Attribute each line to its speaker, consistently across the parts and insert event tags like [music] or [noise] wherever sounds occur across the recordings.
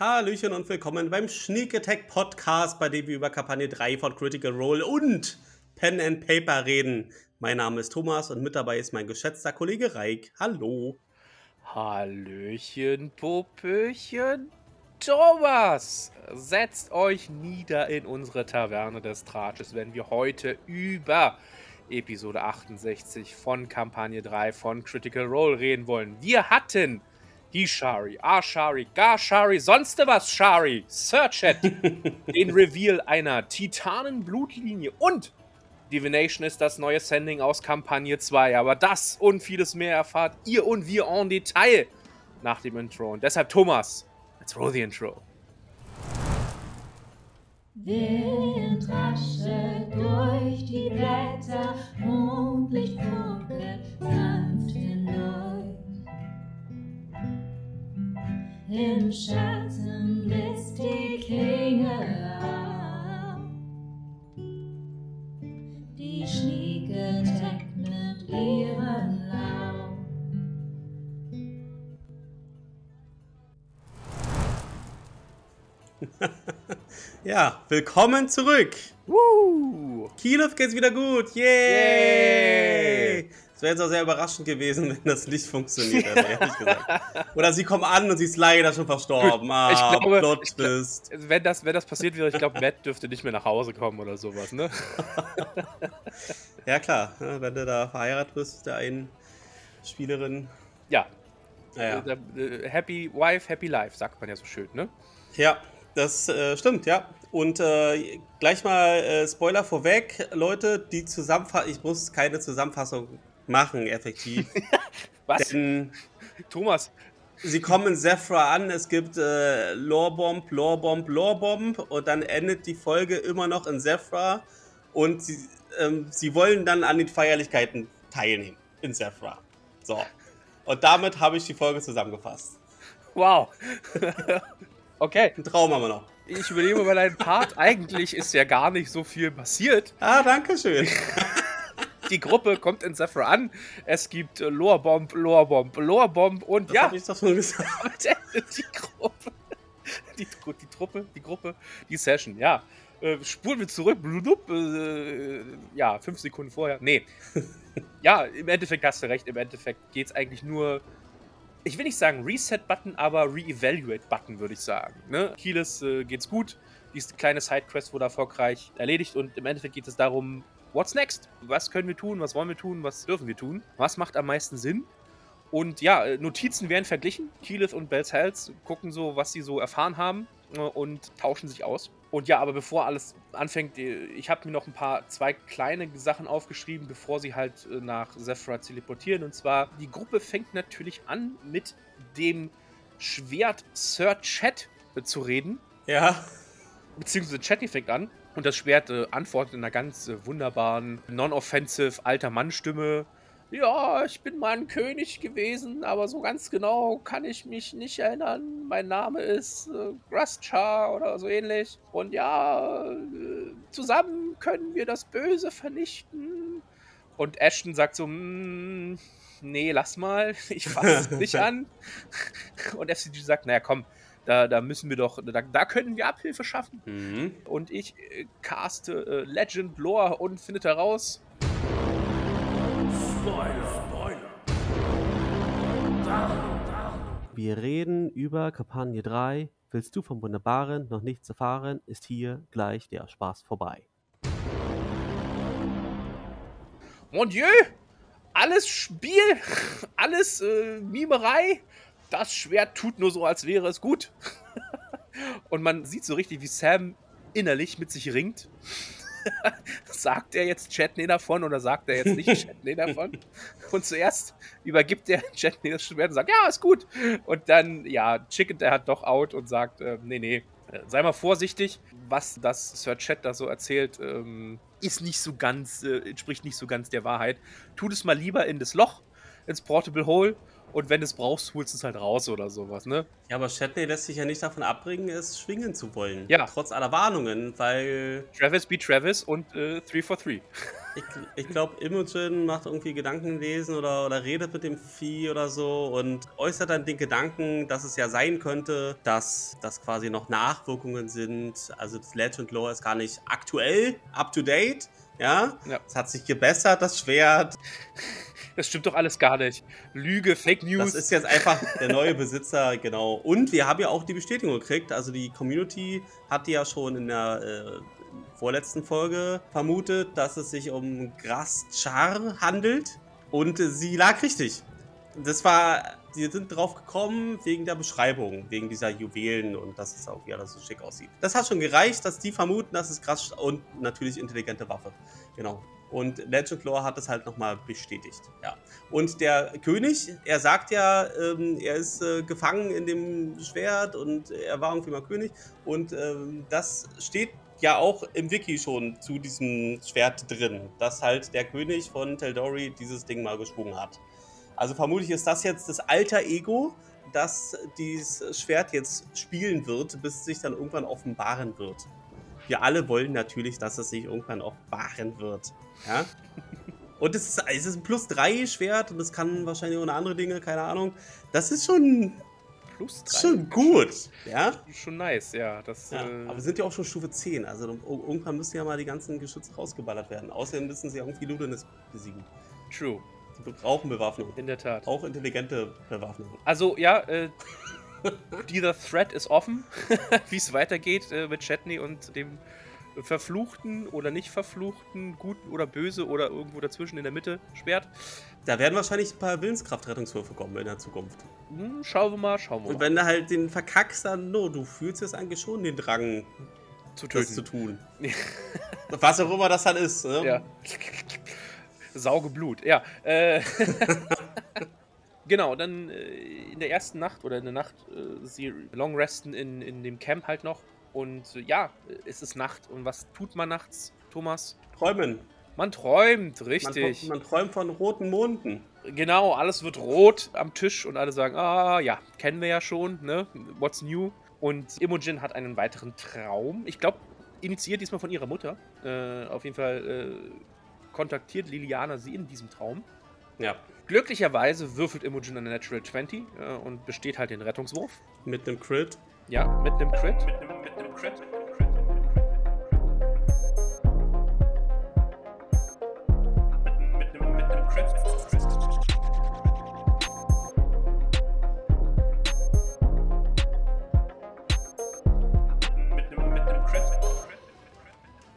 Speaker 1: Hallöchen und willkommen beim Sneak Attack Podcast, bei dem wir über Kampagne 3 von Critical Role und Pen and Paper reden. Mein Name ist Thomas und mit dabei ist mein geschätzter Kollege Reik. Hallo.
Speaker 2: Hallöchen, Popöchen. Thomas, setzt euch nieder in unsere Taverne des Tratsches, wenn wir heute über Episode 68 von Kampagne 3 von Critical Role reden wollen. Wir hatten die Shari, Ashari, Gashari, sonst was Shari, Searchet, den Reveal einer Titanenblutlinie und Divination ist das neue Sending aus Kampagne 2. Aber das und vieles mehr erfahrt ihr und wir en Detail nach dem Intro. Und deshalb, Thomas, let's roll the intro.
Speaker 3: Wind rasche durch die Blätter, Mondlicht funkelt sanft hindurch. Im Schatten blitzt die Klinge auf, die Schnieke deckt mit ihrem Lauf.
Speaker 1: Ja, willkommen zurück.
Speaker 2: Woo!
Speaker 1: Kielov geht's wieder gut. Yay! Es wäre jetzt auch sehr überraschend gewesen, [laughs] wenn das nicht funktioniert hätte, ehrlich gesagt. Oder sie kommen an und sie ist leider schon verstorben. Ah,
Speaker 2: ich glaube-
Speaker 1: Plot
Speaker 2: ich gl-
Speaker 1: Twist.
Speaker 2: Wenn das, wenn das passiert wäre, ich glaube, Matt dürfte nicht mehr nach Hause kommen oder sowas, ne?
Speaker 1: Ja, klar. ne, Wenn du da verheiratet bist, mit der einen Spielerin.
Speaker 2: Ja.
Speaker 1: Naja.
Speaker 2: Äh, äh, Happy Wife, Happy Life, sagt man ja so schön, ne?
Speaker 1: Ja, das äh, stimmt, ja. Und äh, gleich mal äh, Spoiler vorweg, Leute, die Zusammenfassung, ich muss keine Zusammenfassung machen, [laughs] effektiv.
Speaker 2: Was?
Speaker 1: denn
Speaker 2: Thomas,
Speaker 1: sie kommen in Zephra an, es gibt äh, Lorebomb, Lorebomb, Lorebomb und dann endet die Folge immer noch in Zephra und sie, ähm, sie wollen dann an den Feierlichkeiten teilnehmen in Zephra. So. Und damit habe ich die Folge zusammengefasst.
Speaker 2: wow. [laughs] okay,
Speaker 1: Ein Traum haben wir noch.
Speaker 2: ich übernehme mal einen Part. Eigentlich ist ja gar nicht so viel passiert.
Speaker 1: Ah, danke schön.
Speaker 2: Die Gruppe kommt in Zephyr an. Es gibt äh, Lorebomb, Lorebomb, Lorebomb und
Speaker 1: Das
Speaker 2: ja,
Speaker 1: habe ich doch schon gesagt. [laughs]
Speaker 2: damit endet die Gruppe. Die, Tru- die Truppe, die Gruppe, die Session, ja. Äh, spulen wir zurück, blub, äh, ja, fünf Sekunden vorher. Nee. [laughs] ja, im Endeffekt hast du recht. Im Endeffekt geht es eigentlich nur. Ich will nicht sagen Reset-Button, aber Re-Evaluate-Button, würde ich sagen. Ne? Kieles äh, geht's gut. Diese kleine Sidequest wurde erfolgreich erledigt und im Endeffekt geht es darum, what's next? Was können wir tun? Was wollen wir tun? Was dürfen wir tun? Was macht am meisten Sinn? Und ja, äh, Notizen werden verglichen. Keyleth und Bells Hells gucken so, was sie so erfahren haben äh, und tauschen sich aus. Und ja, aber bevor alles anfängt, äh, ich habe mir noch ein paar, zwei kleine Sachen aufgeschrieben, bevor sie halt äh, nach Zephra teleportieren. Und zwar, die Gruppe fängt natürlich an, mit dem Schwert Sir Chat äh, zu reden
Speaker 1: Ja.
Speaker 2: beziehungsweise Chatty fängt an und das Schwert äh, antwortet in einer ganz äh, wunderbaren, non-offensive, alter Mann-Stimme. Ja, ich bin mal ein König gewesen, aber so ganz genau kann ich mich nicht erinnern. Mein Name ist äh, Grastchar oder so ähnlich. Und ja, äh, zusammen können wir das Böse vernichten. Und Ashton sagt so, "Mm, nee, lass mal, [laughs] ich fasse es nicht an. Und FCG sagt, naja, komm, da, da müssen wir doch, da, da können wir Abhilfe schaffen.
Speaker 1: Mhm.
Speaker 2: Und ich äh, caste äh, Legend Lore und findet heraus.
Speaker 4: Wir reden über Kampagne 3. Willst du vom Wunderbaren noch nichts erfahren, ist hier gleich der Spaß vorbei.
Speaker 2: Mon Dieu! Alles Spiel, [laughs] alles äh, Mimerei. Das Schwert tut nur so, als wäre es gut. [laughs] und man sieht so richtig, wie Sam innerlich mit sich ringt. [laughs] sagt er jetzt Chatney davon oder sagt er jetzt nicht Chatney davon? Und zuerst übergibt er Chatney das Schwert und sagt, ja, ist gut. Und dann, ja, chickent er hat doch out und sagt, äh, nee, nee, äh, sei mal vorsichtig. Was das Sir Chat da so erzählt, ähm, ist nicht so ganz, äh, entspricht nicht so ganz der Wahrheit. Tut es mal lieber in das Loch, ins Portable Hole Und wenn du es brauchst, holst du es halt raus oder sowas, ne?
Speaker 1: Ja, aber Shatney lässt sich ja nicht davon abbringen, es schwingen zu wollen.
Speaker 2: Ja.
Speaker 1: Trotz aller Warnungen, weil
Speaker 2: Travis be Travis und äh, 3 for 3.
Speaker 1: ich, ich glaube, Imogen macht irgendwie Gedankenlesen oder, oder redet mit dem Vieh oder so und äußert dann den Gedanken, dass es ja sein könnte, dass das quasi noch Nachwirkungen sind. Also das Legend Lore ist gar nicht aktuell, up to date. Ja,
Speaker 2: Ja.
Speaker 1: es hat sich gebessert, das Schwert.
Speaker 2: Das stimmt doch alles gar nicht. Lüge, Fake News.
Speaker 1: Das ist jetzt einfach der neue Besitzer, genau. Und wir haben ja auch die Bestätigung gekriegt. Also die Community hatte ja schon in der äh, vorletzten Folge vermutet, dass es sich um Graschar handelt. Und äh, sie lag richtig. Das war, sie sind drauf gekommen wegen der Beschreibung, wegen dieser Juwelen und dass es auch alles so schick aussieht. Das hat schon gereicht, dass die vermuten, dass es Gras und natürlich intelligente Waffe. Genau. Und Legend Lore hat es halt nochmal bestätigt. Ja. Und der König, er sagt ja, ähm, er ist äh, gefangen in dem Schwert und er war irgendwie mal König. Und ähm, das steht ja auch im Wiki schon zu diesem Schwert drin, dass halt der König von Teldori dieses Ding mal geschwungen hat. Also vermutlich ist das jetzt das alter Ego, das dieses Schwert jetzt spielen wird, bis es sich dann irgendwann offenbaren wird. Wir alle wollen natürlich, dass es sich irgendwann offenbaren wird. Ja? Und es ist, es ist ein Plus 3 Schwert und es kann wahrscheinlich ohne andere Dinge, keine Ahnung. Das ist schon,
Speaker 2: Plus drei.
Speaker 1: schon gut. Ja?
Speaker 2: Schon nice, ja. Das,
Speaker 1: Ja,
Speaker 2: äh,
Speaker 1: aber wir sind ja auch schon Stufe 10, also ir- irgendwann müssen ja mal die ganzen Geschütze rausgeballert werden. Außerdem müssen sie ja irgendwie Ludonis besiegen.
Speaker 2: true.
Speaker 1: Die brauchen Bewaffnung.
Speaker 2: In der Tat.
Speaker 1: Auch intelligente Bewaffnung.
Speaker 2: Also, ja, äh, dieser Thread ist offen, [laughs] wie es weitergeht äh, mit Chetney und dem verfluchten oder nicht verfluchten, guten oder böse oder irgendwo dazwischen in der Mitte Schwert.
Speaker 1: Da werden wahrscheinlich ein paar Willenskraftrettungswürfe kommen in der Zukunft.
Speaker 2: Hm, schauen wir mal, schauen wir
Speaker 1: Und
Speaker 2: mal.
Speaker 1: wenn du halt den verkackst, dann no, du fühlst es eigentlich schon den Drang,
Speaker 2: Zu
Speaker 1: das zu
Speaker 2: [laughs]
Speaker 1: tun. Was auch immer das dann ist. Ne?
Speaker 2: Ja. Sauge Blut, ja. Äh, [laughs] genau, dann äh, in der ersten Nacht oder in der Nacht äh, sie long resten in, in dem Camp halt noch. Und äh, ja, es ist Nacht. Und was tut man nachts, Thomas?
Speaker 1: Träumen.
Speaker 2: Man träumt,
Speaker 1: Man,
Speaker 2: richtig.
Speaker 1: man träumt von roten Monden.
Speaker 2: Genau, alles wird rot am Tisch und alle sagen, ah ja, kennen wir ja schon, ne? What's new? Und Imogen hat einen weiteren Traum. Ich glaube, initiiert diesmal von ihrer Mutter. Äh, auf jeden Fall äh, kontaktiert Liliana sie in diesem Traum.
Speaker 1: Ja.
Speaker 2: Glücklicherweise würfelt Imogen eine Natural 20 äh, und besteht halt den Rettungswurf.
Speaker 1: Mit einem Crit.
Speaker 2: Ja, mit einem Crit.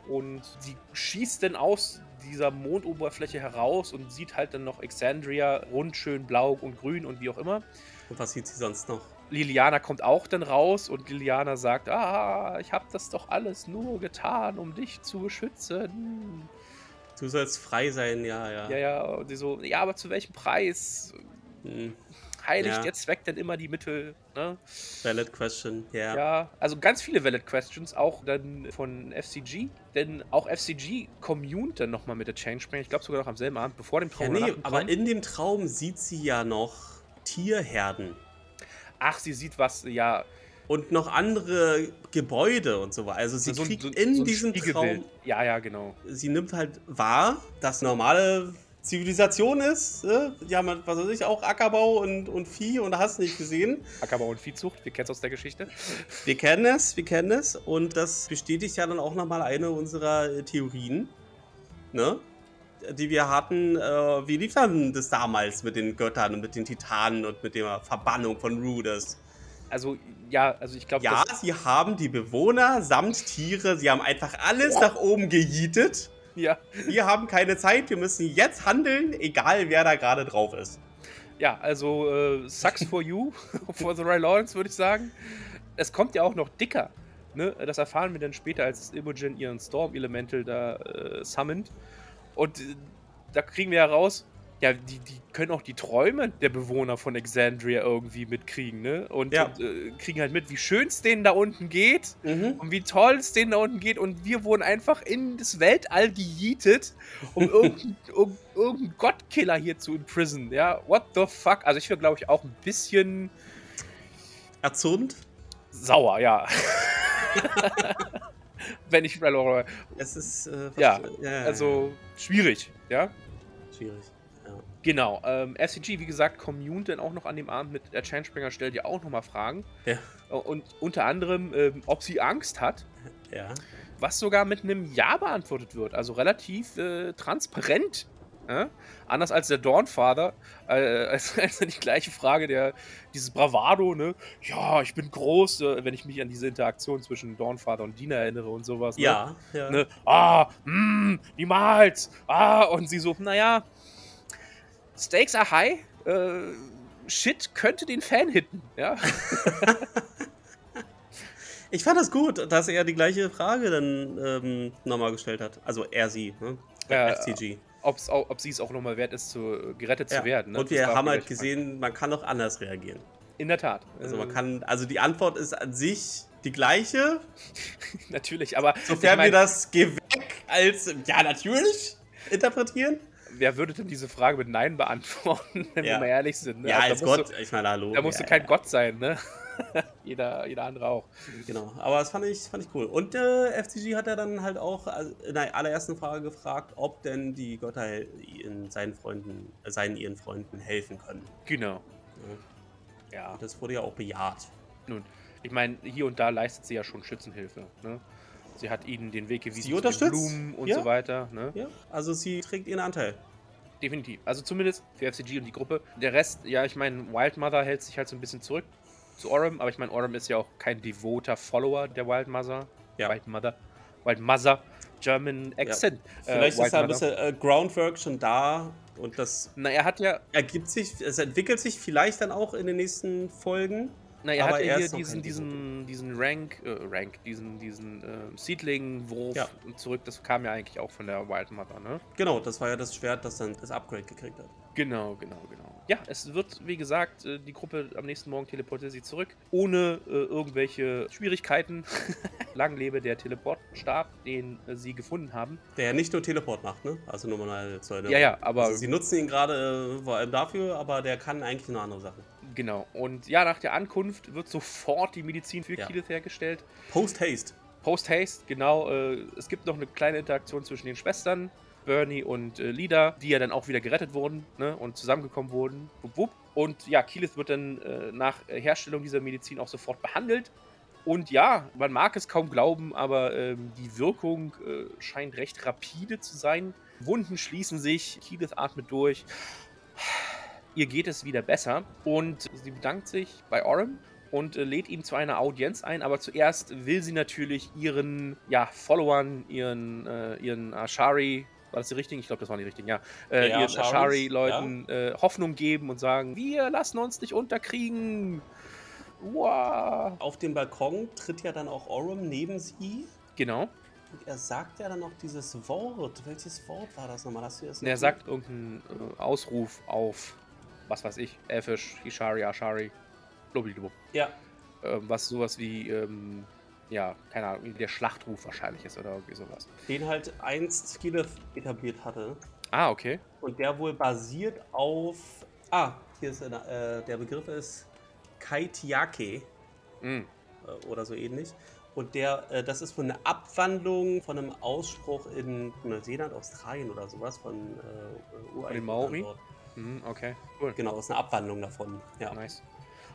Speaker 2: Und sie schießt dann aus dieser Mondoberfläche heraus und sieht halt dann noch Exandria rund, schön blau und grün und wie auch immer.
Speaker 1: Und was sieht sie sonst noch?
Speaker 2: Liliana kommt auch dann raus und Liliana sagt, ah, ich habe das doch alles nur getan, um dich zu beschützen.
Speaker 1: Du sollst frei sein, ja, ja.
Speaker 2: Ja, ja, und sie so, ja, aber zu welchem Preis
Speaker 1: Hm,
Speaker 2: heiligt
Speaker 1: Ja.
Speaker 2: der Zweck denn immer die Mittel? Ne?
Speaker 1: valid question, ja.
Speaker 2: Ja. also ganz viele Valid Questions, auch dann von FCG, denn auch FCG communt dann nochmal mit der Changebringer, ich glaube sogar noch am selben Abend, bevor dem
Speaker 1: Ja,
Speaker 2: Traum.
Speaker 1: nee,
Speaker 2: danach im
Speaker 1: aber
Speaker 2: Traum.
Speaker 1: in dem Traum sieht sie ja noch Tierherden
Speaker 2: Ach, sie sieht was, ja,
Speaker 1: und noch andere Gebäude und so weiter. Also sie
Speaker 2: ein-
Speaker 1: kriegt
Speaker 2: ein-
Speaker 1: in
Speaker 2: ein
Speaker 1: diesem
Speaker 2: Spiegelbild.
Speaker 1: Traum,
Speaker 2: Ja, ja, genau.
Speaker 1: sie nimmt halt wahr, dass normale Zivilisation ist. Ne? Die haben, halt, was weiß ich, auch Ackerbau und, und Vieh und hast nicht gesehen.
Speaker 2: Ackerbau und Viehzucht, wir kennen es aus der Geschichte.
Speaker 1: Wir kennen es, wir kennen es. Und das bestätigt ja dann auch nochmal eine unserer äh, Theorien, ne? die wir hatten. Äh, wie lief dann das damals mit den Göttern und mit den Titanen und mit der Verbannung von Ruders?
Speaker 2: Also, ja, also ich glaube,
Speaker 1: Ja, sie haben die Bewohner samt Tiere, sie haben einfach alles nach oben gejietet.
Speaker 2: ja,
Speaker 1: Wir haben keine Zeit, wir müssen jetzt handeln, egal wer da gerade drauf ist.
Speaker 2: ja, also äh, sucks for you, [laughs] for the Ray Lawrence, würde ich sagen. Es kommt ja auch noch dicker. Ne? Das erfahren wir dann später, als Imogen ihren Storm Elemental da äh, summoned. Und äh, da kriegen wir heraus, Ja, die, die können auch die Träume der Bewohner von Exandria irgendwie mitkriegen, ne? Und,
Speaker 1: Ja.
Speaker 2: und äh, kriegen halt mit, wie schön es denen da unten geht
Speaker 1: Mhm.
Speaker 2: und wie toll es denen da unten geht. Und wir wurden einfach in das Weltall gejietet,
Speaker 1: [laughs]
Speaker 2: um irgendeinen irg- irgendeinen Gottkiller hier zu imprison. Ja, what the fuck? Also ich wäre, glaube ich, auch ein bisschen
Speaker 1: Erzürnt? [laughs]
Speaker 2: sauer, ja. Wenn ich
Speaker 1: Es ist. Äh,
Speaker 2: Ja,
Speaker 1: verste- ja, ja,
Speaker 2: also schwierig, ja.
Speaker 1: ja. Schwierig. Ja.
Speaker 2: Genau, ähm, SCG, wie gesagt, communed dann auch noch an dem Abend mit der Chainspringer, stellt ihr auch nochmal Fragen.
Speaker 1: Ja.
Speaker 2: Äh, Und unter anderem, ähm, ob sie Angst hat,
Speaker 1: ja.
Speaker 2: ne, was sogar mit einem Ja beantwortet wird. Also relativ äh, transparent. ja? Anders als der Dawnfather, äh, [laughs] als, als die gleiche Frage, der dieses Bravado, ne? Ja, ich bin groß, äh, wenn ich mich an diese Interaktion zwischen Dawnfather und Dina erinnere und sowas. Ne?
Speaker 1: Ja, ja.
Speaker 2: ne, ah, mm, niemals, ah, und sie so, naja, Stakes are high, äh, Shit könnte den Fan hitten,
Speaker 1: [laughs]
Speaker 2: ja.
Speaker 1: Ich fand das gut, dass er die gleiche Frage dann ähm, nochmal gestellt hat. Also er sie, ne?
Speaker 2: Ja, äh,
Speaker 1: FCG.
Speaker 2: Ob's, au- ob sie es auch nochmal wert ist, zu, gerettet
Speaker 1: Ja.
Speaker 2: zu werden. Ne?
Speaker 1: Und
Speaker 2: Das
Speaker 1: wir
Speaker 2: darf
Speaker 1: haben
Speaker 2: man
Speaker 1: halt
Speaker 2: gleich
Speaker 1: gesehen, man kann auch anders reagieren.
Speaker 2: fragen. In der Tat.
Speaker 1: Also
Speaker 2: Äh,
Speaker 1: man kann, also die Antwort ist an sich die gleiche,
Speaker 2: [laughs] Natürlich, aber
Speaker 1: sofern
Speaker 2: ich mein,
Speaker 1: wir das Geh weg als ja natürlich interpretieren.
Speaker 2: wer würde denn diese Frage mit Nein beantworten, [laughs] wenn
Speaker 1: Ja.
Speaker 2: wir mal ehrlich sind? Ne?
Speaker 1: Ja,
Speaker 2: Also
Speaker 1: als
Speaker 2: da musst
Speaker 1: Gott, ich meine, hallo.
Speaker 2: Du, da musst
Speaker 1: ja,
Speaker 2: du kein
Speaker 1: ja,
Speaker 2: Gott sein, ne? [laughs] jeder, jeder andere auch.
Speaker 1: Genau, aber das fand ich, fand ich cool. Und äh, FCG hat er dann halt auch also in der allerersten Frage gefragt, ob denn die Götter in seinen Freunden, äh, seinen ihren Freunden helfen können.
Speaker 2: Genau.
Speaker 1: Ja.
Speaker 2: Ja.
Speaker 1: Und das wurde ja auch bejaht.
Speaker 2: Ich meine, hier und da leistet sie ja schon Schützenhilfe. Ne? Sie hat ihnen den Weg gewiesen
Speaker 1: Sie
Speaker 2: zu den
Speaker 1: unterstützt,
Speaker 2: Blumen und
Speaker 1: ja.
Speaker 2: so weiter. Ne?
Speaker 1: Ja, also sie trägt ihren Anteil.
Speaker 2: Äh, Definitiv. Also zumindest für FCG und die Gruppe. Der Rest, ja, ich meine, Wildmother hält sich halt so ein bisschen zurück zu Orem, aber ich meine, Orem ist ja auch kein devoter Follower der Wildmother.
Speaker 1: Ja.
Speaker 2: Wildmother. Wildmother. German Accent.
Speaker 1: Vielleicht ist da ein
Speaker 2: Wildmother.
Speaker 1: bisschen äh, Groundwork schon da und das
Speaker 2: Na, er hat ja,
Speaker 1: ergibt sich, es entwickelt sich vielleicht dann auch in den nächsten Folgen.
Speaker 2: na, er
Speaker 1: Aber
Speaker 2: hat
Speaker 1: er
Speaker 2: ja hier
Speaker 1: ist noch
Speaker 2: diesen,
Speaker 1: kein
Speaker 2: diesen, diesen Rank, äh, Rank, diesen, diesen äh, Seedling-Wurf
Speaker 1: Ja.
Speaker 2: zurück. Das kam ja eigentlich auch von der Wildmother, ne?
Speaker 1: Genau, das war ja das Schwert, das dann das Upgrade gekriegt hat.
Speaker 2: Genau, genau, genau. Ja, es wird, wie gesagt, äh, die Gruppe am nächsten Morgen teleportiert sie zurück, ohne äh, irgendwelche Schwierigkeiten. [laughs] Lang lebe der Teleportstab, den äh, sie gefunden haben.
Speaker 1: Der ja nicht nur Teleport macht, ne? Also nur mal zur
Speaker 2: Ja,
Speaker 1: Erinnerung.
Speaker 2: ja, aber
Speaker 1: also sie nutzen ihn gerade äh, vor allem dafür, aber der kann eigentlich nur andere Sachen.
Speaker 2: genau. Und ja, nach der Ankunft wird sofort die Medizin für
Speaker 1: Ja.
Speaker 2: Kielith hergestellt.
Speaker 1: Post Haste.
Speaker 2: Post-Haste, genau. Äh, es gibt noch eine kleine Interaktion zwischen den Schwestern, Bernie und äh, Lida, die ja dann auch wieder gerettet wurden ne, und zusammengekommen wurden. Wupp, wupp. Und ja, Keyleth wird dann äh, nach äh, Herstellung dieser Medizin auch sofort behandelt. Und ja, man mag es kaum glauben, aber ähm, die Wirkung äh, scheint recht rapide zu sein. Wunden schließen sich, Keyleth atmet durch. Ihr geht es wieder besser. Und sie bedankt sich bei Orem und äh, lädt ihn zu einer Audienz ein. Aber zuerst will sie natürlich ihren ja, Followern, ihren, äh, ihren Ashari, war das die richtigen? Ich glaube, das waren die richtigen, ja. Äh,
Speaker 1: Ja,
Speaker 2: ihren
Speaker 1: Asharis,
Speaker 2: Ashari-Leuten äh, Hoffnung geben und sagen: Wir lassen uns nicht unterkriegen. Wow.
Speaker 1: Auf dem Balkon tritt ja dann auch Orum neben sie.
Speaker 2: Genau.
Speaker 1: Und er sagt ja dann noch dieses Wort. Welches Wort war das nochmal? Hast du das
Speaker 2: Und er sagt irgendeinen äh, Ausruf auf, was weiß ich, Elfisch, Ishari, Ashari, blubblidub.
Speaker 1: Ja,
Speaker 2: Ähm, was sowas wie, ähm, ja, keine Ahnung, der Schlachtruf wahrscheinlich ist oder irgendwie sowas.
Speaker 1: den halt einst Kiedev etabliert hatte.
Speaker 2: Ah, okay.
Speaker 1: Und der wohl basiert auf. Ah, hier ist äh, der Begriff ist Kaitiake
Speaker 2: Mm.
Speaker 1: äh, oder so ähnlich. Und der, äh, das ist wohl eine Abwandlung von einem Ausspruch in Neuseeland, Australien oder sowas von äh, Ureinwohnern
Speaker 2: Maori?
Speaker 1: dort.
Speaker 2: Mhm, okay, cool.
Speaker 1: Genau, ist eine Abwandlung davon. Ja. Nein.
Speaker 2: Nice.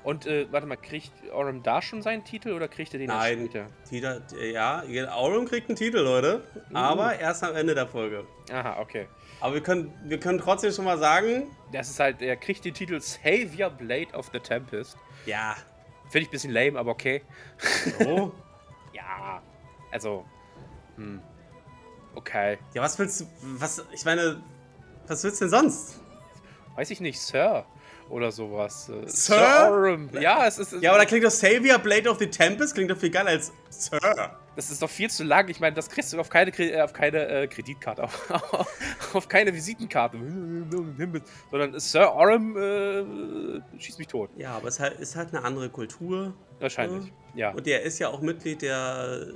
Speaker 2: Und äh, warte mal, kriegt Orem da schon seinen Titel oder kriegt er den erst
Speaker 1: Nein.
Speaker 2: später?
Speaker 1: Titel, ja, Aurum kriegt einen Titel, Leute.
Speaker 2: Uh.
Speaker 1: Aber erst am Ende der Folge.
Speaker 2: Aha, okay.
Speaker 1: Aber wir können, wir können trotzdem schon mal sagen,
Speaker 2: Das ist halt, er kriegt den Titel Savior Blade of the Tempest.
Speaker 1: ja,
Speaker 2: Finde ich ein bisschen lame, aber okay. Oh.
Speaker 1: so.
Speaker 2: Ja, also, hm. Okay.
Speaker 1: ja, was willst du, was, ich meine, was willst du denn sonst?
Speaker 2: Weiß ich nicht, Sir oder sowas. Äh,
Speaker 1: Sir?
Speaker 2: Orem. Ja, es ist.
Speaker 1: Ja, aber da klingt doch Savior Blade of the Tempest, klingt doch viel geiler als Sir.
Speaker 2: Das ist doch viel zu lang. Ich meine, das kriegst du auf keine, Kre- äh, auf keine äh, Kreditkarte, [laughs] auf, auf, auf keine Visitenkarte, sondern Sir Oram äh, schießt mich tot.
Speaker 1: Ja, aber es ist halt, ist halt eine andere Kultur.
Speaker 2: Wahrscheinlich. Ja.
Speaker 1: Hm. Und er ist ja auch Mitglied der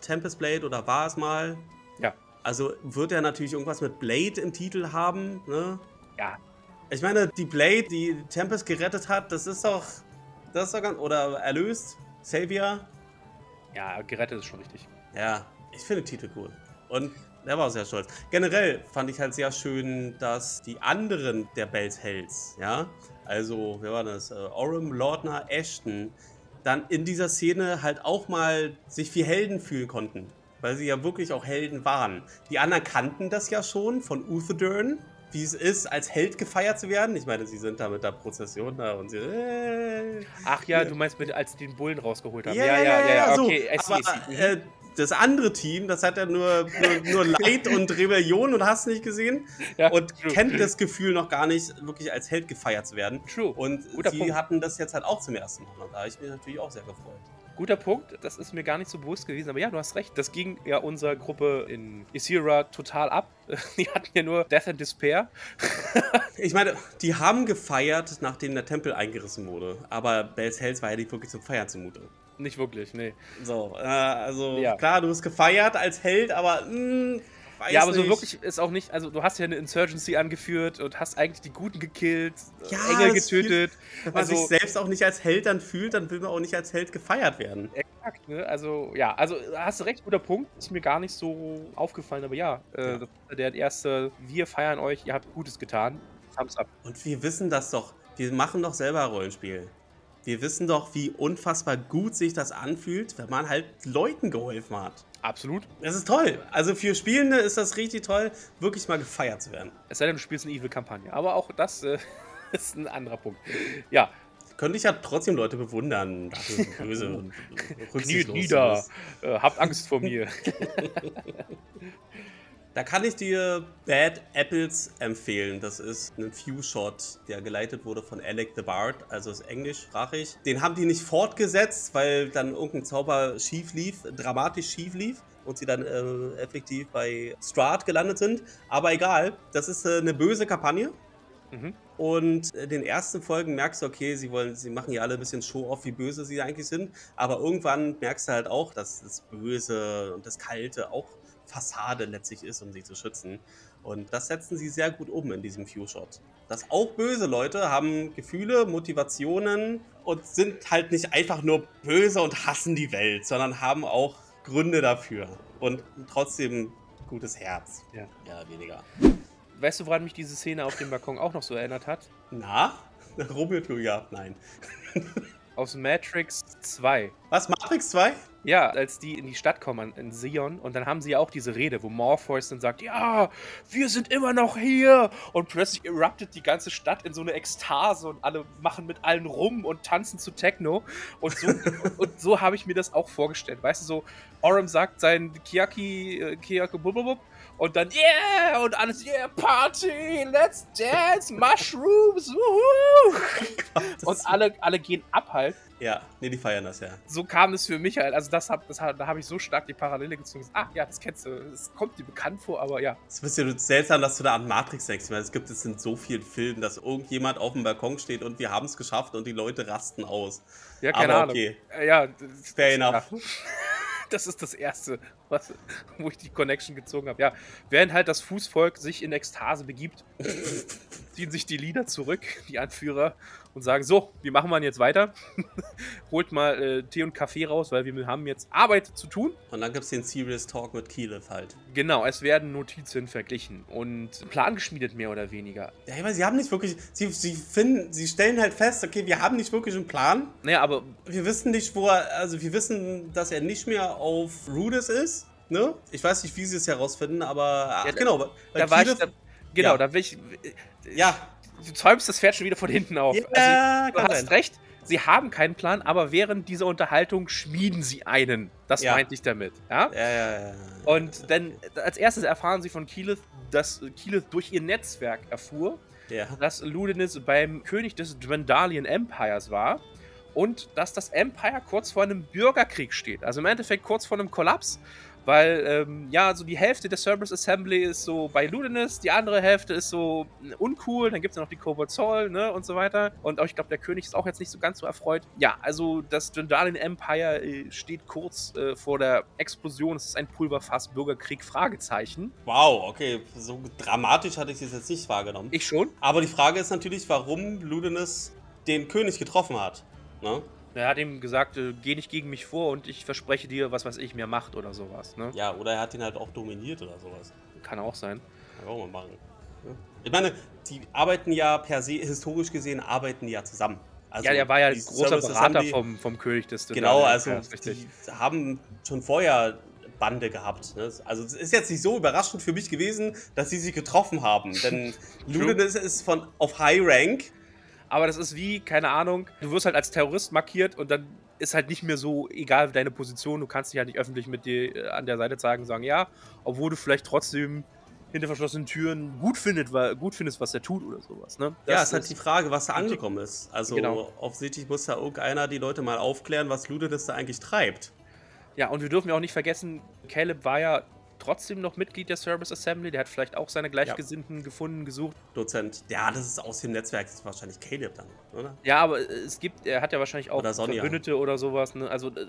Speaker 1: Tempest Blade oder war es mal.
Speaker 2: Ja.
Speaker 1: Also wird er natürlich irgendwas mit Blade im Titel haben, ne?
Speaker 2: Ja.
Speaker 1: Ich meine, die Blade, die Tempest gerettet hat, das ist doch. Das ist doch ganz. Oder erlöst, Savior.
Speaker 2: ja, gerettet ist schon richtig.
Speaker 1: Ja, ich finde den Titel cool. Und der war auch sehr stolz. Generell fand ich halt sehr schön, dass die anderen der Bells Hells, ja, also, wer war das? Äh, Orim, Lordner, Ashton, dann in dieser Szene halt auch mal sich wie Helden fühlen konnten. Weil sie ja wirklich auch Helden waren. Die anderen kannten das ja schon von Uthedern, wie es ist, als Held gefeiert zu werden. Ich meine, sie sind da mit der Prozession da und sie. Äh,
Speaker 2: Ach ja,
Speaker 1: Ja.
Speaker 2: du meinst, mit, als die den Bullen rausgeholt haben.
Speaker 1: ja, ja, ja, ja, ja,
Speaker 2: Okay, Mhm. I
Speaker 1: so.
Speaker 2: see, I see.
Speaker 1: Aber, äh, das andere Team, das hat ja nur,
Speaker 2: [laughs]
Speaker 1: nur, nur Leid und Rebellion und hast nicht gesehen
Speaker 2: Ja,
Speaker 1: und
Speaker 2: true.
Speaker 1: kennt das Gefühl noch gar nicht, wirklich als Held gefeiert zu werden.
Speaker 2: True.
Speaker 1: Und
Speaker 2: Guter
Speaker 1: sie
Speaker 2: Punkt.
Speaker 1: hatten das jetzt halt auch zum ersten Mal. Und da habe ich mich natürlich auch sehr gefreut.
Speaker 2: Guter Punkt, das ist mir gar nicht so bewusst gewesen, aber ja, du hast recht. Das ging ja unserer Gruppe in Isira total ab. [laughs] Die hatten ja nur Death and Despair.
Speaker 1: Ich meine, die haben gefeiert, nachdem der Tempel eingerissen wurde. Aber Bells Hells war ja nicht wirklich zum Feiern zumute.
Speaker 2: Nicht wirklich, nee.
Speaker 1: So, äh, also
Speaker 2: Ja.
Speaker 1: klar, du bist gefeiert als Held, aber mh, weiß
Speaker 2: ja, aber so
Speaker 1: nicht.
Speaker 2: wirklich ist auch nicht. Also, du hast ja eine Insurgency angeführt und hast eigentlich die Guten gekillt, äh,
Speaker 1: Ja,
Speaker 2: Engel
Speaker 1: das fühlt-
Speaker 2: getötet.
Speaker 1: Wenn man
Speaker 2: also-
Speaker 1: sich selbst auch nicht als Held dann fühlt, dann will man auch nicht als Held gefeiert werden.
Speaker 2: Exakt, ne? Also, ja, also hast du recht, guter Punkt. Ist mir gar nicht so aufgefallen, aber ja, äh,
Speaker 1: Ja.
Speaker 2: das war der erste, wir feiern euch, ihr habt Gutes getan. Thumbs up.
Speaker 1: Und wir wissen das doch. Wir machen doch selber Rollenspiel. Wir wissen doch, wie unfassbar gut sich das anfühlt, wenn man halt Leuten geholfen hat.
Speaker 2: Absolut.
Speaker 1: Das ist toll. Also für Spielende ist das richtig toll, wirklich mal gefeiert zu werden.
Speaker 2: Es sei denn, du spielst eine Evil-Kampagne. Aber auch das äh, [laughs] ist ein anderer Punkt. Ja,
Speaker 1: Könnte ich ja trotzdem Leute bewundern, dass
Speaker 2: [laughs]
Speaker 1: es so böse und
Speaker 2: kniet
Speaker 1: rücksichtslos
Speaker 2: nieder,
Speaker 1: ist.
Speaker 2: äh, habt Angst
Speaker 1: [laughs]
Speaker 2: vor mir.
Speaker 1: Da kann ich dir Bad Apples empfehlen. Das ist ein Few-Shot, der geleitet wurde von Alec the Bard, also ist englischsprachig. Den haben die nicht fortgesetzt, weil dann irgendein Zauber schief lief, dramatisch schief lief und sie dann äh, effektiv bei Strahd gelandet sind. Aber egal, das ist äh, eine böse Kampagne.
Speaker 2: Mhm.
Speaker 1: Und in den ersten Folgen merkst du, okay, sie wollen, sie machen ja alle ein bisschen Show-off, wie böse sie eigentlich sind. Aber irgendwann merkst du halt auch, dass das Böse und das Kalte auch Fassade letztlich ist, um sie zu schützen. Und das setzen sie sehr gut um in diesem Few-Shot. Dass auch böse Leute haben Gefühle, Motivationen und sind halt nicht einfach nur böse und hassen die Welt, sondern haben auch Gründe dafür. Und trotzdem gutes Herz.
Speaker 2: Ja.
Speaker 1: Ja, weniger.
Speaker 2: Weißt du, woran mich diese Szene auf dem Balkon auch noch so erinnert hat?
Speaker 1: Na? [laughs] Rummelflugjahr? Nein.
Speaker 2: Aus Matrix 2.
Speaker 1: Was, Matrix 2?
Speaker 2: Ja, als die in die Stadt kommen, in Sion, und dann haben sie ja auch diese Rede, wo Morpheus dann sagt, ja, wir sind immer noch hier. Und plötzlich eruptet die ganze Stadt in so eine Ekstase und alle machen mit allen rum und tanzen zu Techno. Und so, und, und so habe ich mir das auch vorgestellt. Weißt du, so, Orem sagt sein Kiaki, äh, Kiaki, bububub, und dann, yeah, und alles, yeah, Party, let's dance, Mushrooms, wuhu. Und alle, alle gehen ab halt
Speaker 1: Ja, nee, die feiern das ja.
Speaker 2: so kam es für mich halt. Also das hab, das hab, da habe ich so stark die Parallele gezogen. Ah ja, das kennst du. Es kommt dir bekannt vor, aber ja.
Speaker 1: Es ist ein bisschen seltsam, dass du da an Matrix denkst. Ich meine, es gibt es in so vielen Filmen, dass irgendjemand auf dem Balkon steht und wir haben es geschafft und die Leute rasten aus.
Speaker 2: Ja, keine
Speaker 1: Aber
Speaker 2: Ahnung.
Speaker 1: okay.
Speaker 2: Äh, Ja, das-
Speaker 1: Fair
Speaker 2: das-
Speaker 1: enough.
Speaker 2: ja. [laughs] Das ist das Erste, was, wo ich die Connection gezogen habe. Ja, während halt das Fußvolk sich in
Speaker 1: [laughs]
Speaker 2: Ekstase begibt, ziehen sich die Lieder zurück, die Anführer, und sagen: So, wie machen wir denn jetzt weiter? [laughs] Holt mal äh, Tee und Kaffee raus, weil wir haben jetzt Arbeit zu tun.
Speaker 1: Und dann gibt es den Serious Talk mit Keyleth halt.
Speaker 2: Genau, es werden Notizen verglichen und Plan geschmiedet, mehr oder weniger.
Speaker 1: Ja, ich meine, sie haben nicht wirklich. Sie, sie finden, sie stellen halt fest, okay, wir haben nicht wirklich einen Plan.
Speaker 2: Naja, aber
Speaker 1: Wir wissen nicht, wo er. Also wir wissen, dass er nicht mehr auf Rudis ist. Ne? Ich weiß nicht, wie sie es herausfinden, aber. Ach,
Speaker 2: Ja,
Speaker 1: genau. Bei
Speaker 2: da war ich,
Speaker 1: Keyleth-
Speaker 2: da, genau,
Speaker 1: ja.
Speaker 2: da will ich.
Speaker 1: ja.
Speaker 2: Du zäumst das Pferd schon wieder von hinten auf. Also,
Speaker 1: ja,
Speaker 2: du
Speaker 1: kann
Speaker 2: hast
Speaker 1: sein.
Speaker 2: recht, sie haben keinen Plan, aber während dieser Unterhaltung schmieden sie einen. Das
Speaker 1: Ja.
Speaker 2: meinte ich damit. Ja?
Speaker 1: Ja, ja, ja, ja.
Speaker 2: Und dann als erstes erfahren sie von Keyleth, dass Keyleth durch ihr Netzwerk erfuhr,
Speaker 1: Ja.
Speaker 2: dass Ludinus beim König des Dwendalian Empires war und dass das Empire kurz vor einem Bürgerkrieg steht. Also im Endeffekt kurz vor einem Kollaps, weil ähm, ja, so die Hälfte der Cerberus Assembly ist so bei Ludinus, die andere Hälfte ist so mh, uncool, dann gibt es noch die Cobalt Sol ne, und so weiter. Und auch, ich glaube, der König ist auch jetzt nicht so ganz so erfreut. Ja, also das Dundalian Empire äh, steht kurz äh, vor der Explosion. Es ist ein Pulverfass, Bürgerkrieg, Fragezeichen.
Speaker 1: Wow, okay, so dramatisch hatte ich das jetzt nicht wahrgenommen.
Speaker 2: Ich schon.
Speaker 1: Aber die Frage ist natürlich, warum Ludinus den König getroffen hat. Ne?
Speaker 2: Er hat ihm gesagt, äh, geh nicht gegen mich vor und ich verspreche dir, was weiß ich, mir Macht oder sowas. Ne?
Speaker 1: Ja, oder er hat ihn halt auch dominiert oder sowas.
Speaker 2: Kann auch sein.
Speaker 1: Kann man auch mal machen. ne? Ich meine, die arbeiten ja per se, historisch gesehen, arbeiten die ja zusammen. Also
Speaker 2: ja, der war ja
Speaker 1: die
Speaker 2: großer
Speaker 1: Services
Speaker 2: Berater
Speaker 1: haben die-
Speaker 2: vom, vom König des
Speaker 1: Genau,
Speaker 2: Dundalian
Speaker 1: also
Speaker 2: Empires, richtig.
Speaker 1: die haben schon vorher Bande gehabt. Ne? Also es ist jetzt nicht so überraschend für mich gewesen, dass sie sich getroffen haben.
Speaker 2: [laughs]
Speaker 1: Denn Ludinus ist von auf High Rank.
Speaker 2: Aber das ist wie, keine Ahnung, du wirst halt als Terrorist markiert und dann ist halt nicht mehr so egal deine Position. Du kannst dich halt nicht öffentlich mit dir äh, an der Seite zeigen und sagen, ja, obwohl du vielleicht trotzdem hinter verschlossenen Türen gut, findet, wa- gut findest, was er tut oder sowas. Ne?
Speaker 1: ja,
Speaker 2: Das
Speaker 1: es ist halt die Frage, was da angekommen ist. Also
Speaker 2: Genau.
Speaker 1: offensichtlich muss da irgendeiner die Leute mal aufklären, was Ludinus da eigentlich treibt.
Speaker 2: Ja, und wir dürfen ja auch nicht vergessen, Caleb war ja trotzdem noch Mitglied der Service Assembly. Der hat vielleicht auch seine Gleichgesinnten gefunden, gesucht.
Speaker 1: Dozent. Ja, das ist aus dem Netzwerk, das ist wahrscheinlich Caleb dann, oder?
Speaker 2: Ja, aber äh, es gibt, er hat ja wahrscheinlich auch
Speaker 1: Oder Sonja.
Speaker 2: Verbündete oder sowas. Ne? Also äh,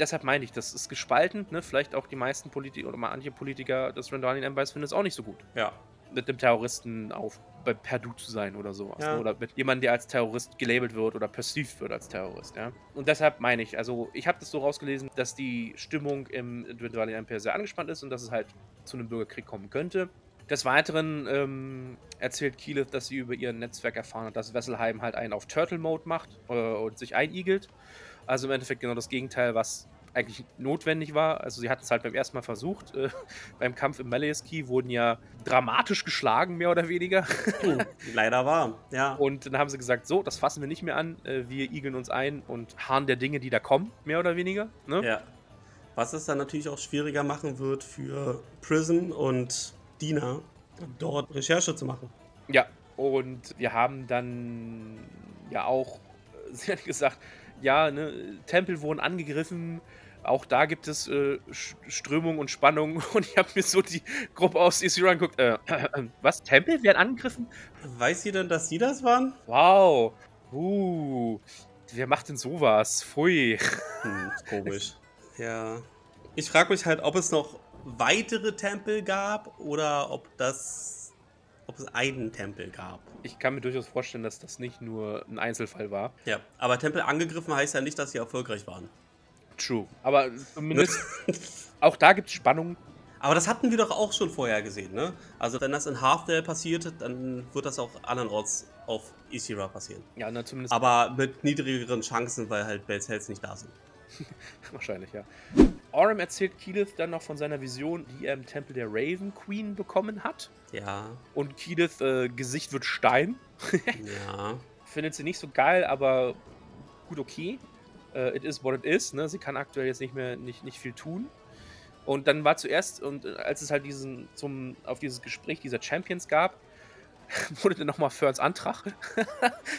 Speaker 2: deshalb meine ich, das ist gespalten. Ne? Vielleicht auch die meisten Politiker oder manche Politiker des Rendanian Empires finden es auch nicht so gut,
Speaker 1: Ja.
Speaker 2: mit dem Terroristen auf bei Perdu zu sein oder sowas.
Speaker 1: Ja.
Speaker 2: Ne? Oder mit jemandem, der als Terrorist gelabelt wird oder perceived wird als Terrorist. Ja? Und deshalb meine ich, also ich habe das so rausgelesen, dass die Stimmung im Rendanian Empire sehr angespannt ist und dass es halt zu einem Bürgerkrieg kommen könnte. Des Weiteren ähm, erzählt Keyleth, dass sie über ihr Netzwerk erfahren hat, dass Wesselheim halt einen auf Turtle Mode macht äh, und sich einigelt. Also im Endeffekt genau das Gegenteil, was eigentlich notwendig war. Also sie hatten es halt beim ersten Mal versucht. Äh, [laughs] beim Kampf im Malayaski wurden ja dramatisch geschlagen, mehr oder weniger.
Speaker 1: Hm, Leider war. Ja.
Speaker 2: Und dann haben sie gesagt, so, das fassen wir nicht mehr an. Äh, wir igeln uns ein und harren der Dinge, die da kommen, mehr oder weniger. Ne?
Speaker 1: ja. Was es dann natürlich auch schwieriger machen wird für Prism und Dina, dort Recherche zu machen.
Speaker 2: Ja, und wir haben dann ja auch, äh, [laughs] sie hat gesagt, ja, ne, Tempel wurden angegriffen, auch da gibt es äh, Sch- Strömung und Spannung [laughs] und ich habe mir so die Gruppe aus Easy Run geguckt, äh, [clears throat] was, Tempel werden angegriffen?
Speaker 1: Weiß sie denn, dass sie das waren?
Speaker 2: Wow, uh, wer macht denn sowas? Pfui.
Speaker 1: Hm, ist komisch. ja. Ich frage mich halt, ob es noch weitere Tempel gab oder ob das. ob es einen Tempel gab.
Speaker 2: Ich kann mir durchaus vorstellen, dass das nicht nur ein Einzelfall war.
Speaker 1: Ja. Aber Tempel angegriffen heißt ja nicht, dass sie erfolgreich waren. Ne?
Speaker 2: True. Aber zumindest, auch da gibt es Spannung.
Speaker 1: Aber das hatten wir doch auch schon vorher gesehen, ne? Also wenn das in Halfdale passiert, dann wird das auch andernorts auf Isira passieren.
Speaker 2: Ja, na, zumindest
Speaker 1: Aber mit niedrigeren Chancen, weil halt Bells Hells nicht da sind.
Speaker 2: Wahrscheinlich, ja. Orem erzählt Keyleth dann noch von seiner Vision, die er im Tempel der Raven Queen bekommen hat.
Speaker 1: Ja,
Speaker 2: Und Keyleth, äh, Gesicht wird Stein.
Speaker 1: ja.
Speaker 2: Findet sie nicht so geil, aber gut, okay. Äh, it is what it is. Ne? Sie kann aktuell jetzt nicht mehr nicht, nicht viel tun. Und dann war zuerst, und äh, als es halt diesen, zum, auf dieses Gespräch dieser Champions gab, [laughs] wurde dann nochmal Ferns Antrag. [laughs]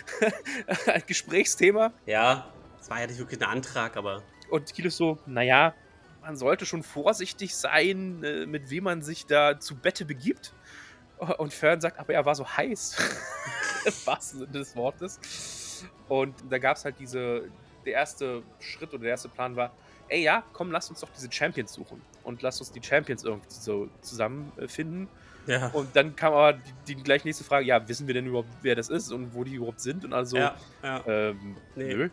Speaker 2: Ein Gesprächsthema.
Speaker 1: Ja, es war ja nicht wirklich ein Antrag, aber
Speaker 2: Und Kilo so, naja, man sollte schon vorsichtig sein, äh, mit wem man sich da zu Bette begibt. Und Fern sagt, aber er war so heiß. [laughs] Im wahrsten Sinne des Wortes. Und da gab es halt diese, der erste Schritt oder der erste Plan war, ey ja, komm, lass uns doch diese Champions suchen. Und lass uns die Champions irgendwie so zusammenfinden.
Speaker 1: ja.
Speaker 2: Und dann kam aber die, die gleich nächste Frage, ja, wissen wir denn überhaupt, wer das ist und wo die überhaupt sind? Und also,
Speaker 1: ja, ja.
Speaker 2: ähm,
Speaker 1: Nee.
Speaker 2: nö.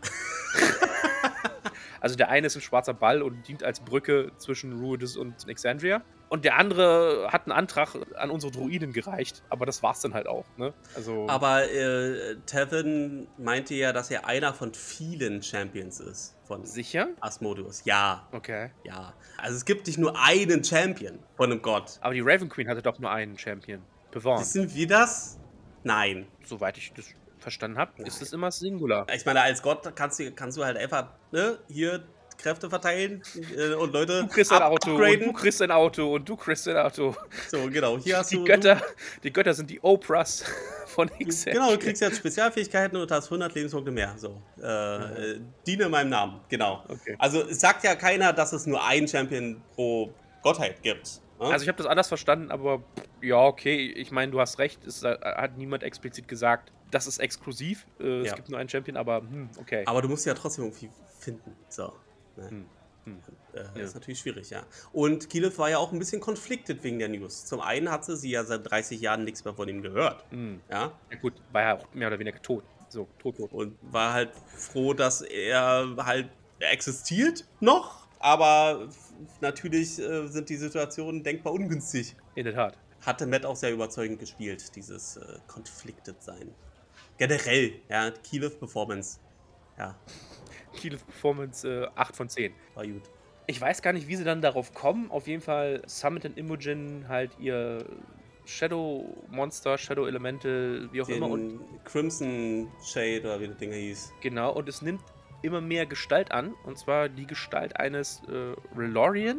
Speaker 2: also der eine ist ein schwarzer Ball und dient als Brücke zwischen Ruidus und Alexandria. Und der andere hat einen Antrag an unsere Druiden gereicht. Aber das war's dann halt auch, ne? Also,
Speaker 1: Aber äh, Tevin meinte ja, dass er einer von vielen Champions ist von
Speaker 2: sicher?
Speaker 1: Asmodeus. Ja,
Speaker 2: Okay.
Speaker 1: ja. Also es gibt nicht nur einen Champion von einem Gott.
Speaker 2: Aber die Raven Queen hatte doch nur einen Champion. Beworn.
Speaker 1: Wissen wir das? Nein.
Speaker 2: Soweit ich das verstanden habe, ist
Speaker 1: Nein.
Speaker 2: es immer Singular.
Speaker 1: Ich meine, als Gott kannst du, kannst du halt einfach ne, hier Kräfte verteilen äh, und Leute
Speaker 2: Du kriegst ein
Speaker 1: up-
Speaker 2: Auto und du
Speaker 1: upgraden.
Speaker 2: kriegst ein Auto und du kriegst ein Auto.
Speaker 1: So, genau. Hier hast
Speaker 2: die
Speaker 1: du,
Speaker 2: Götter, die Götter sind die Oprahs [laughs] von X.
Speaker 1: Genau, du kriegst jetzt Spezialfähigkeiten und hast 100 Lebenspunkte mehr. So, äh, äh, diene meinem Namen, genau.
Speaker 2: Okay.
Speaker 1: Also es sagt ja keiner, dass es nur einen Champion pro Gottheit gibt. ne?
Speaker 2: Also ich habe das anders verstanden, aber ja, okay, ich meine, du hast recht, es äh, hat niemand explizit gesagt, das ist exklusiv, äh,
Speaker 1: Ja.
Speaker 2: es gibt nur einen Champion, aber hm, okay.
Speaker 1: Aber du musst ja trotzdem irgendwie finden. So. Ne?
Speaker 2: Hm, hm.
Speaker 1: Äh,
Speaker 2: Ja.
Speaker 1: Ist natürlich schwierig, ja. Und Kielef war ja auch ein bisschen konfliktet wegen der News. Zum einen hatte sie ja seit 30 Jahren nichts mehr von ihm gehört.
Speaker 2: Hm.
Speaker 1: Ja.
Speaker 2: Ja gut, war ja auch mehr oder weniger tot. So, tot, tot.
Speaker 1: Und war halt froh, dass er halt er existiert noch. Aber f- natürlich äh, sind die Situationen denkbar ungünstig.
Speaker 2: In der Tat.
Speaker 1: Hatte Matt auch sehr überzeugend gespielt, dieses äh, konfliktet sein. Generell, ja, Kielef Performance. Ja,
Speaker 2: Kiel Performance äh, 8 von 10.
Speaker 1: war gut.
Speaker 2: Ich weiß gar nicht, wie sie dann darauf kommen. Auf jeden Fall Summit und Imogen halt ihr Shadow-Monster, Shadow-Elemente, wie auch
Speaker 1: Den
Speaker 2: immer. Und
Speaker 1: Crimson Shade oder wie das Ding hieß.
Speaker 2: genau, und es nimmt immer mehr Gestalt an. Und zwar die Gestalt eines äh, Rylorian.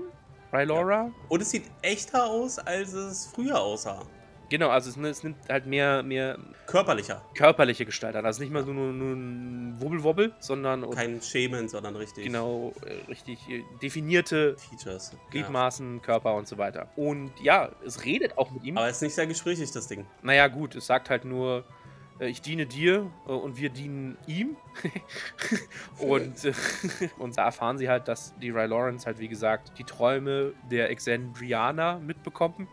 Speaker 2: Rylora?
Speaker 1: Und es sieht echter aus, als es früher aussah.
Speaker 2: Genau, also es, ne, es nimmt halt mehr, mehr
Speaker 1: Körperlicher.
Speaker 2: körperliche Gestalt an. Also nicht mehr so nur, nur ein Wubbelwobbel, sondern
Speaker 1: Kein Schämen, sondern richtig
Speaker 2: genau äh, richtig äh, definierte
Speaker 1: Features. Ja.
Speaker 2: Gliedmaßen, Körper und so weiter. Und ja, es redet auch mit ihm.
Speaker 1: Aber es ist nicht sehr gesprächig, das Ding.
Speaker 2: Naja, gut, es sagt halt nur, äh, ich diene dir äh, und wir dienen ihm. [laughs] und, äh, [laughs] und da erfahren sie halt, dass die Ry Lawrence halt, wie gesagt, die Träume der Exandrianer mitbekommen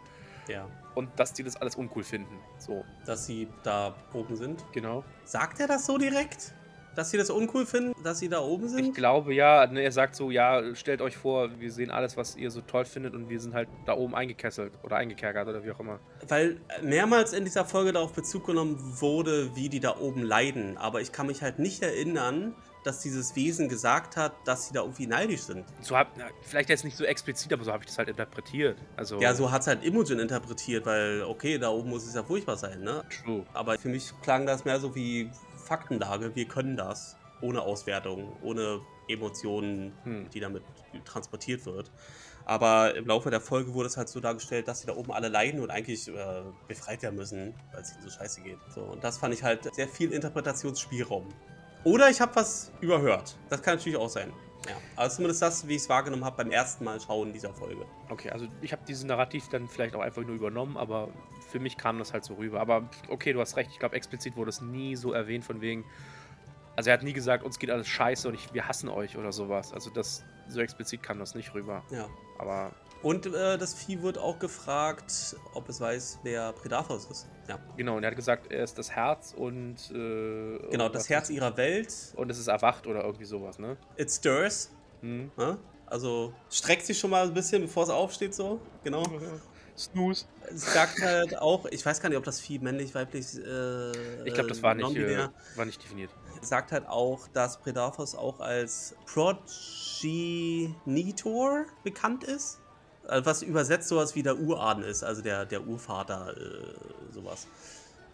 Speaker 1: Ja.
Speaker 2: und dass die das alles uncool finden. So,
Speaker 1: Dass sie da oben sind.
Speaker 2: genau.
Speaker 1: Sagt er das so direkt? Dass sie das uncool finden, dass sie da oben
Speaker 2: Ich
Speaker 1: sind?
Speaker 2: glaube, ja, ne, er sagt so, ja, stellt euch vor, wir sehen alles, was ihr so toll findet und wir sind halt da oben eingekesselt oder eingekerkert oder wie auch immer.
Speaker 1: Weil mehrmals in dieser Folge darauf Bezug genommen wurde, wie die da oben leiden. Aber ich kann mich halt nicht erinnern, dass dieses Wesen gesagt hat, dass sie da irgendwie neidisch sind.
Speaker 2: So hab, na, vielleicht jetzt nicht so explizit, aber so habe ich das halt interpretiert. Also,
Speaker 1: Ja, so hat es halt Imogen interpretiert, weil, okay, da oben muss es ja furchtbar sein, ne?
Speaker 2: true.
Speaker 1: Aber für mich klang das mehr so wie Faktenlage. Wir können das ohne Auswertung, ohne Emotionen,
Speaker 2: Hm.
Speaker 1: die damit transportiert wird. Aber im Laufe der Folge wurde es halt so dargestellt, dass sie da oben alle leiden und eigentlich äh, befreit werden müssen, weil es ihnen so scheiße geht. So, und das fand ich halt sehr viel Interpretationsspielraum. Oder ich habe was überhört. Das kann natürlich auch sein. Ja. Also zumindest das, wie ich es wahrgenommen habe beim ersten Mal schauen dieser Folge.
Speaker 2: Okay, also ich habe diesen Narrativ dann vielleicht auch einfach nur übernommen, aber für mich kam das halt so rüber. Aber okay, du hast recht, ich glaube, explizit wurde es nie so erwähnt, von wegen. Also er hat nie gesagt, uns geht alles scheiße und ich, wir hassen euch oder sowas. Also das so explizit kam das nicht rüber.
Speaker 1: Ja.
Speaker 2: Aber
Speaker 1: Und äh, das Vieh wird auch gefragt, ob es weiß, wer Predaphos ist. Ja.
Speaker 2: genau, und er hat gesagt, er ist das Herz und äh,
Speaker 1: Genau,
Speaker 2: irgendwas-
Speaker 1: das Herz ihrer Welt.
Speaker 2: und es ist erwacht oder irgendwie sowas, ne?
Speaker 1: It stirs.
Speaker 2: Hm?
Speaker 1: Ne? Also streckt sich schon mal ein bisschen, bevor es aufsteht, so. Genau.
Speaker 2: Snooze.
Speaker 1: Es sagt halt auch, ich weiß gar nicht, ob das Vieh männlich, weiblich. Äh,
Speaker 2: Ich glaube, das war
Speaker 1: äh,
Speaker 2: nicht, äh,
Speaker 1: non-binär.
Speaker 2: war nicht definiert.
Speaker 1: Es sagt halt auch, dass Predaphos auch als Progenitor bekannt ist. Äh, Was übersetzt sowas wie der Uraden ist, also der, der Urvater, äh, sowas.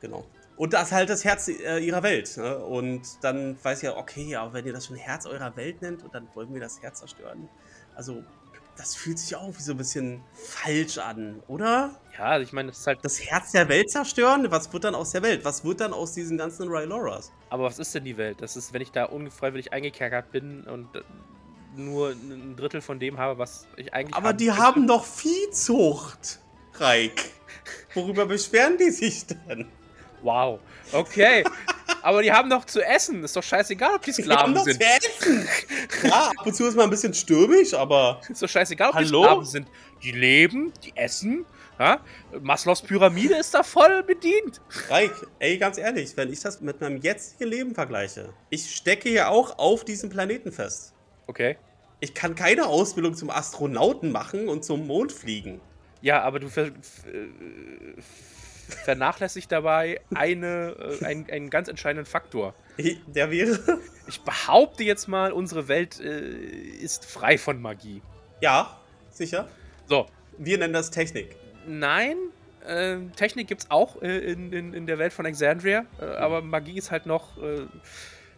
Speaker 1: Genau. Und das ist halt das Herz äh, ihrer Welt. Ne? Und dann weiß ich ja, okay, aber wenn ihr das schon Herz eurer Welt nennt, und dann wollen wir das Herz zerstören. Also, das fühlt sich auch wie so ein bisschen falsch an, oder?
Speaker 2: Ja, also ich meine, das ist halt.
Speaker 1: Das Herz der Welt zerstören? Was wird dann aus der Welt? Was wird dann aus diesen ganzen Ryloras?
Speaker 2: Aber was ist denn die Welt? Das ist, wenn ich da unfreiwillig eingekerkert bin und äh, nur ein Drittel von dem habe, was ich eigentlich.
Speaker 1: Aber
Speaker 2: haben
Speaker 1: die
Speaker 2: möchte.
Speaker 1: haben doch Viehzucht, Reik. Worüber beschweren die sich denn?
Speaker 2: Wow. Okay. [laughs] Aber die haben doch zu essen. Ist doch scheißegal, ob die
Speaker 1: Die haben
Speaker 2: Sklaven
Speaker 1: doch
Speaker 2: sind.
Speaker 1: zu essen. Ja, ab und zu ist mal ein bisschen stürmisch, aber
Speaker 2: Ist doch scheißegal, ob
Speaker 1: Hallo?
Speaker 2: die Sklaven sind. Die leben, die essen. Ja? Maslows Pyramide ist da voll bedient.
Speaker 1: Reik, ey, ganz ehrlich, wenn ich das mit meinem jetzigen Leben vergleiche, ich stecke ja auch auf diesem Planeten fest.
Speaker 2: Okay.
Speaker 1: Ich kann keine Ausbildung zum Astronauten machen und zum Mond fliegen.
Speaker 2: Ja, aber du ver f- äh, vernachlässigt dabei eine, äh, einen, einen ganz entscheidenden Faktor.
Speaker 1: Ich- Der wäre. [laughs]
Speaker 2: Ich behaupte jetzt mal, unsere Welt äh, ist frei von Magie.
Speaker 1: Ja, sicher.
Speaker 2: So,
Speaker 1: Wir nennen das Technik.
Speaker 2: nein, ähm, Technik gibt es auch äh, in, in, in der Welt von Exandria,
Speaker 1: Mhm.
Speaker 2: äh, aber Magie ist halt noch äh,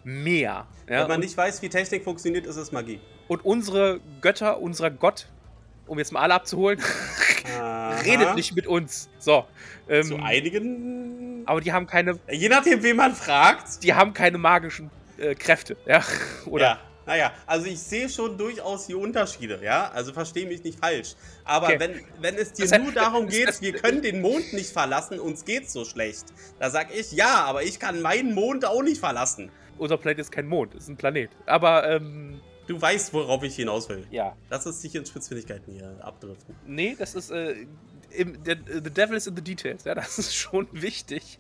Speaker 2: mehr. Ja?
Speaker 1: wenn man
Speaker 2: Und,
Speaker 1: nicht weiß, wie Technik funktioniert, ist es Magie.
Speaker 2: und unsere Götter, unser Gott, um jetzt mal
Speaker 1: [laughs]
Speaker 2: alle abzuholen,
Speaker 1: Aha.
Speaker 2: redet nicht mit uns. So, ähm,
Speaker 1: Zu einigen
Speaker 2: Aber die haben keine,
Speaker 1: Je nachdem, wen man fragt.
Speaker 2: die haben keine magischen äh, Kräfte. Ja, [laughs] oder?
Speaker 1: Ja. Naja, also ich sehe schon durchaus die Unterschiede, ja? Also verstehe mich nicht falsch. Aber
Speaker 2: Okay.
Speaker 1: wenn, wenn es dir
Speaker 2: Das heißt-
Speaker 1: nur darum
Speaker 2: [laughs] das
Speaker 1: geht,
Speaker 2: heißt-
Speaker 1: wir können den Mond nicht verlassen, uns geht's so schlecht, da sag ich ja, aber ich kann meinen Mond auch nicht verlassen.
Speaker 2: Unser Planet ist kein Mond, ist ein Planet. Aber, ähm,
Speaker 1: Du weißt, worauf ich hinaus will.
Speaker 2: ja.
Speaker 1: Lass uns nicht in Spitzfindigkeiten hier abdriften.
Speaker 2: Nee, das ist, äh, im, der, äh, the devil is in the details. Ja, [laughs] das ist schon wichtig.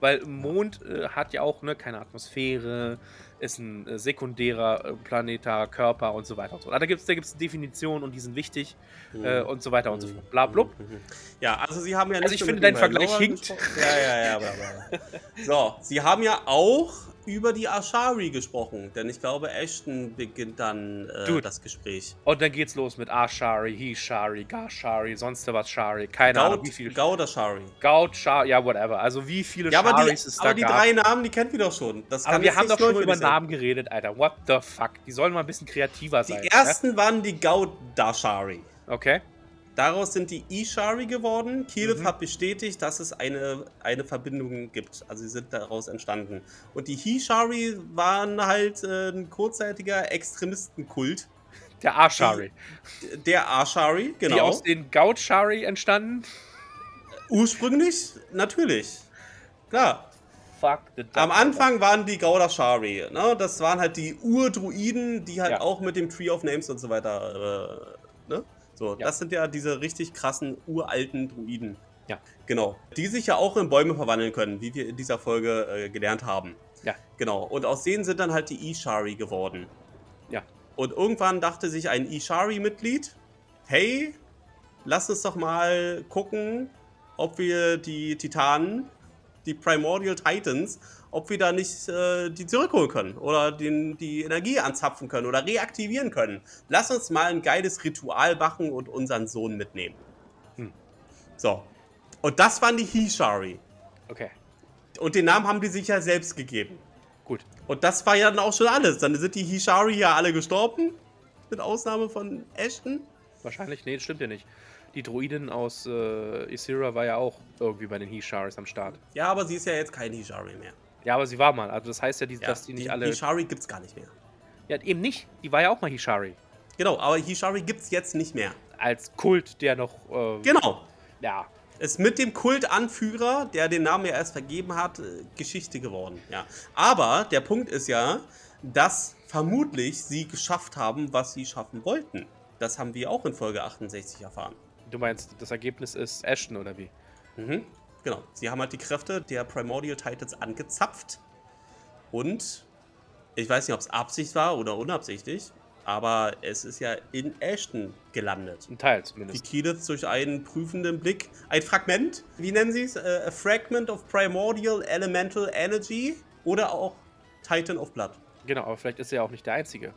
Speaker 2: Weil Mond äh, hat ja auch ne, keine Atmosphäre, ist ein äh, sekundärer äh, planetar Körper und so weiter und so. Ah, Da gibt es da gibt's Definitionen und die sind wichtig äh, und so weiter und so fort. Bla, blub.
Speaker 1: Mhm. Ja, also sie haben ja
Speaker 2: Also
Speaker 1: nicht
Speaker 2: ich
Speaker 1: nur
Speaker 2: finde,
Speaker 1: mit
Speaker 2: dein
Speaker 1: dem
Speaker 2: Vergleich
Speaker 1: Herrn
Speaker 2: hinkt.
Speaker 1: Lauer gesprochen. Ja, ja, ja, bla, bla.
Speaker 2: [laughs]
Speaker 1: So, sie haben ja auch über die Ashari gesprochen, denn ich glaube, Ashton beginnt dann äh,
Speaker 2: Dude.
Speaker 1: das Gespräch.
Speaker 2: Und dann geht's los mit Ashari, Hishari, Gashari, sonst was Shari. Keine Ahnung,
Speaker 1: Gaud,
Speaker 2: wie viel.
Speaker 1: Gaudashari.
Speaker 2: Gaut, Shari, ja, whatever. Also wie viele
Speaker 1: Ja, aber die,
Speaker 2: Sharis es da
Speaker 1: aber die
Speaker 2: gab.
Speaker 1: drei Namen, die kennen wir doch schon. Das kann
Speaker 2: aber wir
Speaker 1: jetzt
Speaker 2: haben
Speaker 1: nicht
Speaker 2: doch schon
Speaker 1: neu für
Speaker 2: über
Speaker 1: dich sein.
Speaker 2: Namen geredet, Alter. What the fuck? Die sollen mal ein bisschen kreativer
Speaker 1: Die
Speaker 2: sein.
Speaker 1: ersten waren die Gaudashari.
Speaker 2: Ne? Okay.
Speaker 1: Daraus sind die Ishari geworden. Kielev
Speaker 2: Mhm.
Speaker 1: hat bestätigt, dass es eine, eine Verbindung gibt. Also sie sind daraus entstanden. Und die Hishari waren halt äh, ein kurzzeitiger Extremistenkult.
Speaker 2: Der Ashari.
Speaker 1: Der Ashari,
Speaker 2: Die
Speaker 1: genau.
Speaker 2: aus den Gaut-Shari entstanden.
Speaker 1: Ursprünglich, natürlich. Klar.
Speaker 2: Fuck the
Speaker 1: Am Anfang waren die Gaudashari. Ne? Das waren halt die Urdruiden, die halt
Speaker 2: Ja.
Speaker 1: auch mit dem Tree of Names und so weiter. Äh, ne? So,
Speaker 2: Ja.
Speaker 1: das sind ja diese richtig krassen uralten Druiden.
Speaker 2: Ja.
Speaker 1: Genau. Die sich ja auch in Bäume verwandeln können, wie wir in dieser Folge äh, gelernt haben.
Speaker 2: Ja.
Speaker 1: Genau. Und aus denen sind dann halt die Ishari geworden.
Speaker 2: Ja.
Speaker 1: Und irgendwann dachte sich ein Ishari-Mitglied, hey, lass uns doch mal gucken, ob wir die Titanen, die Primordial Titans, ob wir da nicht äh, die zurückholen können oder den, die Energie anzapfen können oder reaktivieren können. Lass uns mal ein geiles Ritual machen und unseren Sohn mitnehmen.
Speaker 2: Hm.
Speaker 1: So. Und das waren die Hishari.
Speaker 2: Okay,
Speaker 1: Und den Namen haben die sich ja selbst gegeben.
Speaker 2: gut.
Speaker 1: Und das war ja dann auch schon alles. Dann sind die Hishari ja alle gestorben. Mit Ausnahme von Ashton.
Speaker 2: Wahrscheinlich, nee, das stimmt ja nicht. Die Druidin aus äh, Isira war ja auch irgendwie bei den Hisharis am Start.
Speaker 1: Ja, aber sie ist ja jetzt kein Hishari mehr.
Speaker 2: Ja, aber sie war mal. Also das heißt ja, die,
Speaker 1: Ja,
Speaker 2: dass die nicht alle.
Speaker 1: Hishari gibt's gar nicht mehr.
Speaker 2: Ja, eben nicht. Die war ja auch mal Hishari.
Speaker 1: Genau, aber Hishari gibt's jetzt nicht mehr.
Speaker 2: Als Kult, der noch. Äh,
Speaker 1: Genau.
Speaker 2: Ja,
Speaker 1: Ist mit dem Kultanführer, der den Namen ja erst vergeben hat, äh, Geschichte geworden. Ja. Aber der Punkt ist ja, dass vermutlich sie geschafft haben, was sie schaffen wollten. Das haben wir auch in Folge 68 erfahren.
Speaker 2: du meinst, das Ergebnis ist Ashton oder wie?
Speaker 1: Mhm. Genau. Sie haben halt die Kräfte der Primordial Titans angezapft. Und ich weiß nicht, ob es Absicht war oder unabsichtlich, aber es ist ja in Ashton gelandet.
Speaker 2: Ein Teil
Speaker 1: Die
Speaker 2: zumindest.
Speaker 1: Kielitz durch einen prüfenden Blick, ein Fragment, wie nennen sie es? Äh, a Fragment of Primordial Elemental Energy oder auch Titan of Blood.
Speaker 2: Genau, aber vielleicht ist er ja auch nicht der Einzige.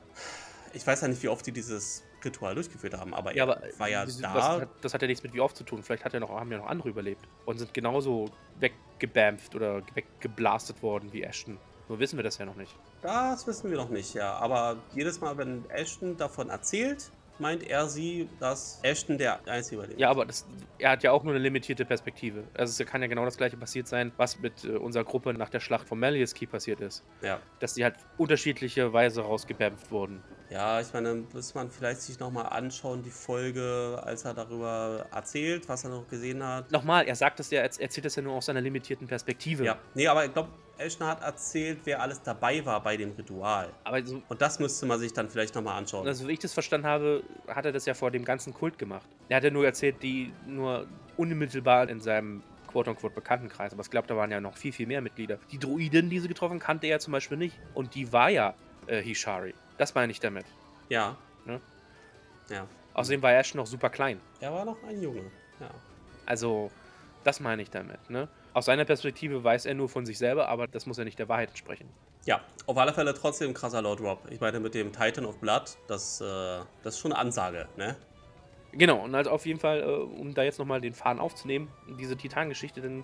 Speaker 1: Ich weiß ja nicht, wie oft die dieses Ritual durchgeführt haben, aber
Speaker 2: Ja,
Speaker 1: er
Speaker 2: aber
Speaker 1: war ja
Speaker 2: das,
Speaker 1: da.
Speaker 2: hat, das hat ja nichts mit wie oft zu tun. Vielleicht hat ja noch, haben ja noch andere überlebt und sind genauso weggebämpft oder weggeblastet worden wie Ashton. Nur wissen wir das ja noch nicht.
Speaker 1: Das wissen wir noch nicht, ja. Aber jedes Mal, wenn Ashton davon erzählt, meint er sie, dass Ashton der einzige Überlebende
Speaker 2: Ja, aber das, er hat ja auch nur eine limitierte Perspektive. Also es kann ja genau das gleiche passiert sein, was mit äh, unserer Gruppe nach der Schlacht von Malleus Key passiert ist.
Speaker 1: ist. Ja.
Speaker 2: Dass die halt unterschiedliche Weise rausgebämpft wurden.
Speaker 1: ja, ich meine, muss man vielleicht sich nochmal anschauen, die Folge, als er darüber erzählt, was er noch gesehen hat.
Speaker 2: Nochmal, er sagt das ja, er erzählt das ja nur aus seiner limitierten Perspektive.
Speaker 1: Ja, nee, aber ich glaube, Eschner hat erzählt, wer alles dabei war bei dem Ritual.
Speaker 2: Aber so,
Speaker 1: Und das müsste man sich dann vielleicht nochmal anschauen.
Speaker 2: also wie ich das verstanden habe, hat er das ja vor dem ganzen Kult gemacht. Er hat ja nur erzählt, die nur unmittelbar in seinem quote-unquote Bekanntenkreis. Aber ich glaube, da waren ja noch viel, viel mehr Mitglieder. Die Druidin, die sie getroffen, kannte er zum Beispiel nicht. Und die war ja äh, Hishari. Das meine ich damit.
Speaker 1: ja.
Speaker 2: Ne?
Speaker 1: Ja.
Speaker 2: Außerdem war Ash noch super klein.
Speaker 1: Er war noch ein Junge. Ja.
Speaker 2: Also, das meine ich damit. Ne? Aus seiner Perspektive weiß er nur von sich selber, aber das muss ja nicht der Wahrheit entsprechen.
Speaker 1: Ja, auf alle Fälle trotzdem krasser Lord Rob. Ich meine, mit dem Titan of Blood, das, äh, das ist schon eine Ansage, ne?
Speaker 2: Genau, und also auf jeden Fall, äh, um da jetzt nochmal den Faden aufzunehmen, diese Titangeschichte, denn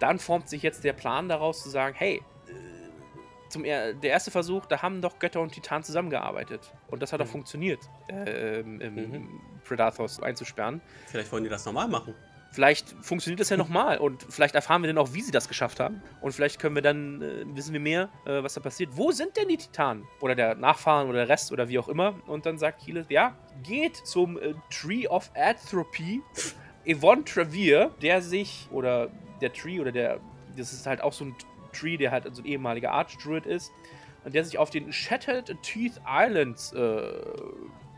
Speaker 2: dann formt sich jetzt der Plan daraus zu sagen, hey, äh, zum er der erste Versuch, da haben doch Götter und Titan zusammengearbeitet. Und das hat
Speaker 1: Mhm.
Speaker 2: auch funktioniert, äh, ähm, im
Speaker 1: Mhm.
Speaker 2: Predathos einzusperren.
Speaker 1: Vielleicht wollen die das nochmal machen.
Speaker 2: Vielleicht funktioniert das ja nochmal und vielleicht erfahren wir dann auch, wie sie das geschafft haben. Und vielleicht können wir dann, äh, wissen wir mehr, äh, was da passiert. Wo sind denn die Titanen? Oder der Nachfahren oder der Rest oder wie auch immer. Und dann sagt Hile, ja, geht zum äh, Tree of Atrophy. Yvonne Trevere, der sich, oder der Tree, oder der, das ist halt auch so ein Tree, der halt so ein ehemaliger Archdruid ist. Und der sich auf den Shattered Teeth Islands äh,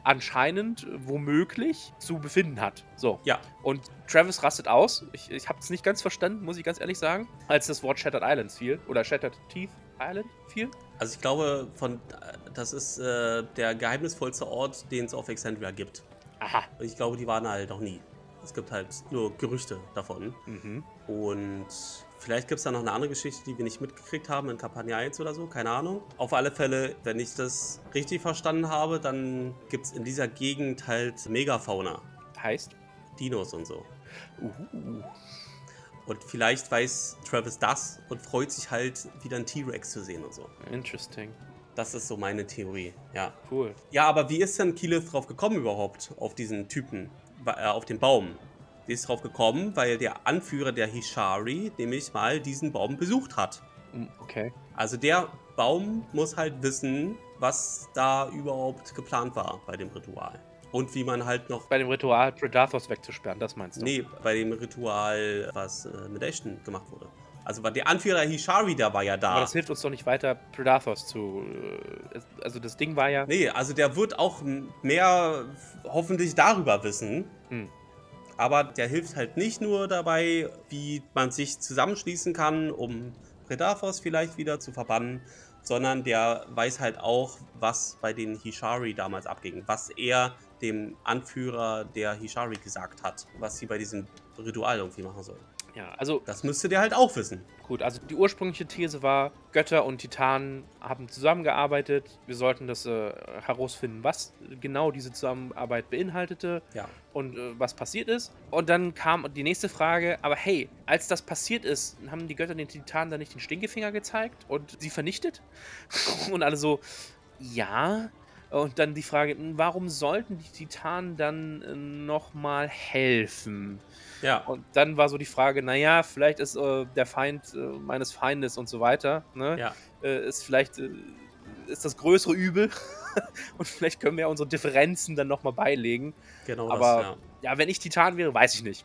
Speaker 2: anscheinend äh, womöglich zu befinden hat. So.
Speaker 1: Ja.
Speaker 2: Und Travis rastet aus. Ich, ich habe es nicht ganz verstanden, muss ich ganz ehrlich sagen, als das Wort Shattered Islands fiel. Oder Shattered Teeth Island fiel.
Speaker 1: Also ich glaube, von, das ist äh, der geheimnisvollste Ort, den es auf Exandria gibt.
Speaker 2: Aha.
Speaker 1: Und ich glaube, die waren da halt noch nie. Es gibt halt nur Gerüchte davon.
Speaker 2: Mhm.
Speaker 1: Und vielleicht gibt es da noch eine andere Geschichte, die wir nicht mitgekriegt haben in Campania 1 oder so, keine Ahnung. Auf alle Fälle, wenn ich das richtig verstanden habe, dann gibt es in dieser Gegend halt Megafauna,
Speaker 2: Heißt.
Speaker 1: Dinos und so.
Speaker 2: Uhu.
Speaker 1: Und vielleicht weiß Travis das und freut sich halt, wieder einen T-Rex zu sehen und so.
Speaker 2: Interesting.
Speaker 1: Das ist so meine Theorie, ja.
Speaker 2: Cool.
Speaker 1: Ja, aber wie ist denn Kielith drauf gekommen überhaupt, auf diesen Typen, wa- äh, auf den Baum? Die ist drauf gekommen, weil der Anführer der Hishari nämlich mal diesen Baum besucht hat.
Speaker 2: Mm, Okay.
Speaker 1: Also der Baum muss halt wissen, was da überhaupt geplant war bei dem Ritual. Und wie man halt noch.
Speaker 2: Bei dem Ritual Predathos wegzusperren, das meinst du?
Speaker 1: Nee, bei dem Ritual, was äh, mit Ashton gemacht wurde. Also war der Anführer Hishari, der war ja da.
Speaker 2: Aber das hilft uns doch nicht weiter, Predathos zu. äh, Also das Ding war ja.
Speaker 1: Nee, also der wird auch m- mehr hoffentlich darüber wissen.
Speaker 2: Hm.
Speaker 1: Aber der hilft halt nicht nur dabei, wie man sich zusammenschließen kann, um Predathos vielleicht wieder zu verbannen, sondern der weiß halt auch, was bei den Hishari damals abging, was er dem Anführer der Hishari gesagt hat, was sie bei diesem Ritual irgendwie machen sollen.
Speaker 2: Ja, also
Speaker 1: Das müsste der halt auch wissen.
Speaker 2: gut, also die ursprüngliche These war, Götter und Titanen haben zusammengearbeitet. Wir sollten das äh, herausfinden, was genau diese Zusammenarbeit beinhaltete.
Speaker 1: Ja.
Speaker 2: und äh, was passiert ist. Und dann kam die nächste Frage, aber hey, als das passiert ist, haben die Götter den Titanen dann nicht den Stinkefinger gezeigt und sie vernichtet? [laughs] und alle so, ja. Und dann die Frage, hm, warum sollten die Titanen dann äh, nochmal helfen?
Speaker 1: Ja.
Speaker 2: Und dann war so die Frage, naja, vielleicht ist äh, der Feind äh, meines Feindes und so weiter, ne?
Speaker 1: Ja.
Speaker 2: Äh, ist vielleicht äh, ist das größere Übel. [laughs] und vielleicht können wir ja unsere Differenzen dann nochmal beilegen.
Speaker 1: Genau
Speaker 2: Aber-
Speaker 1: das. Ja.
Speaker 2: Ja, wenn ich Titan wäre, weiß ich nicht.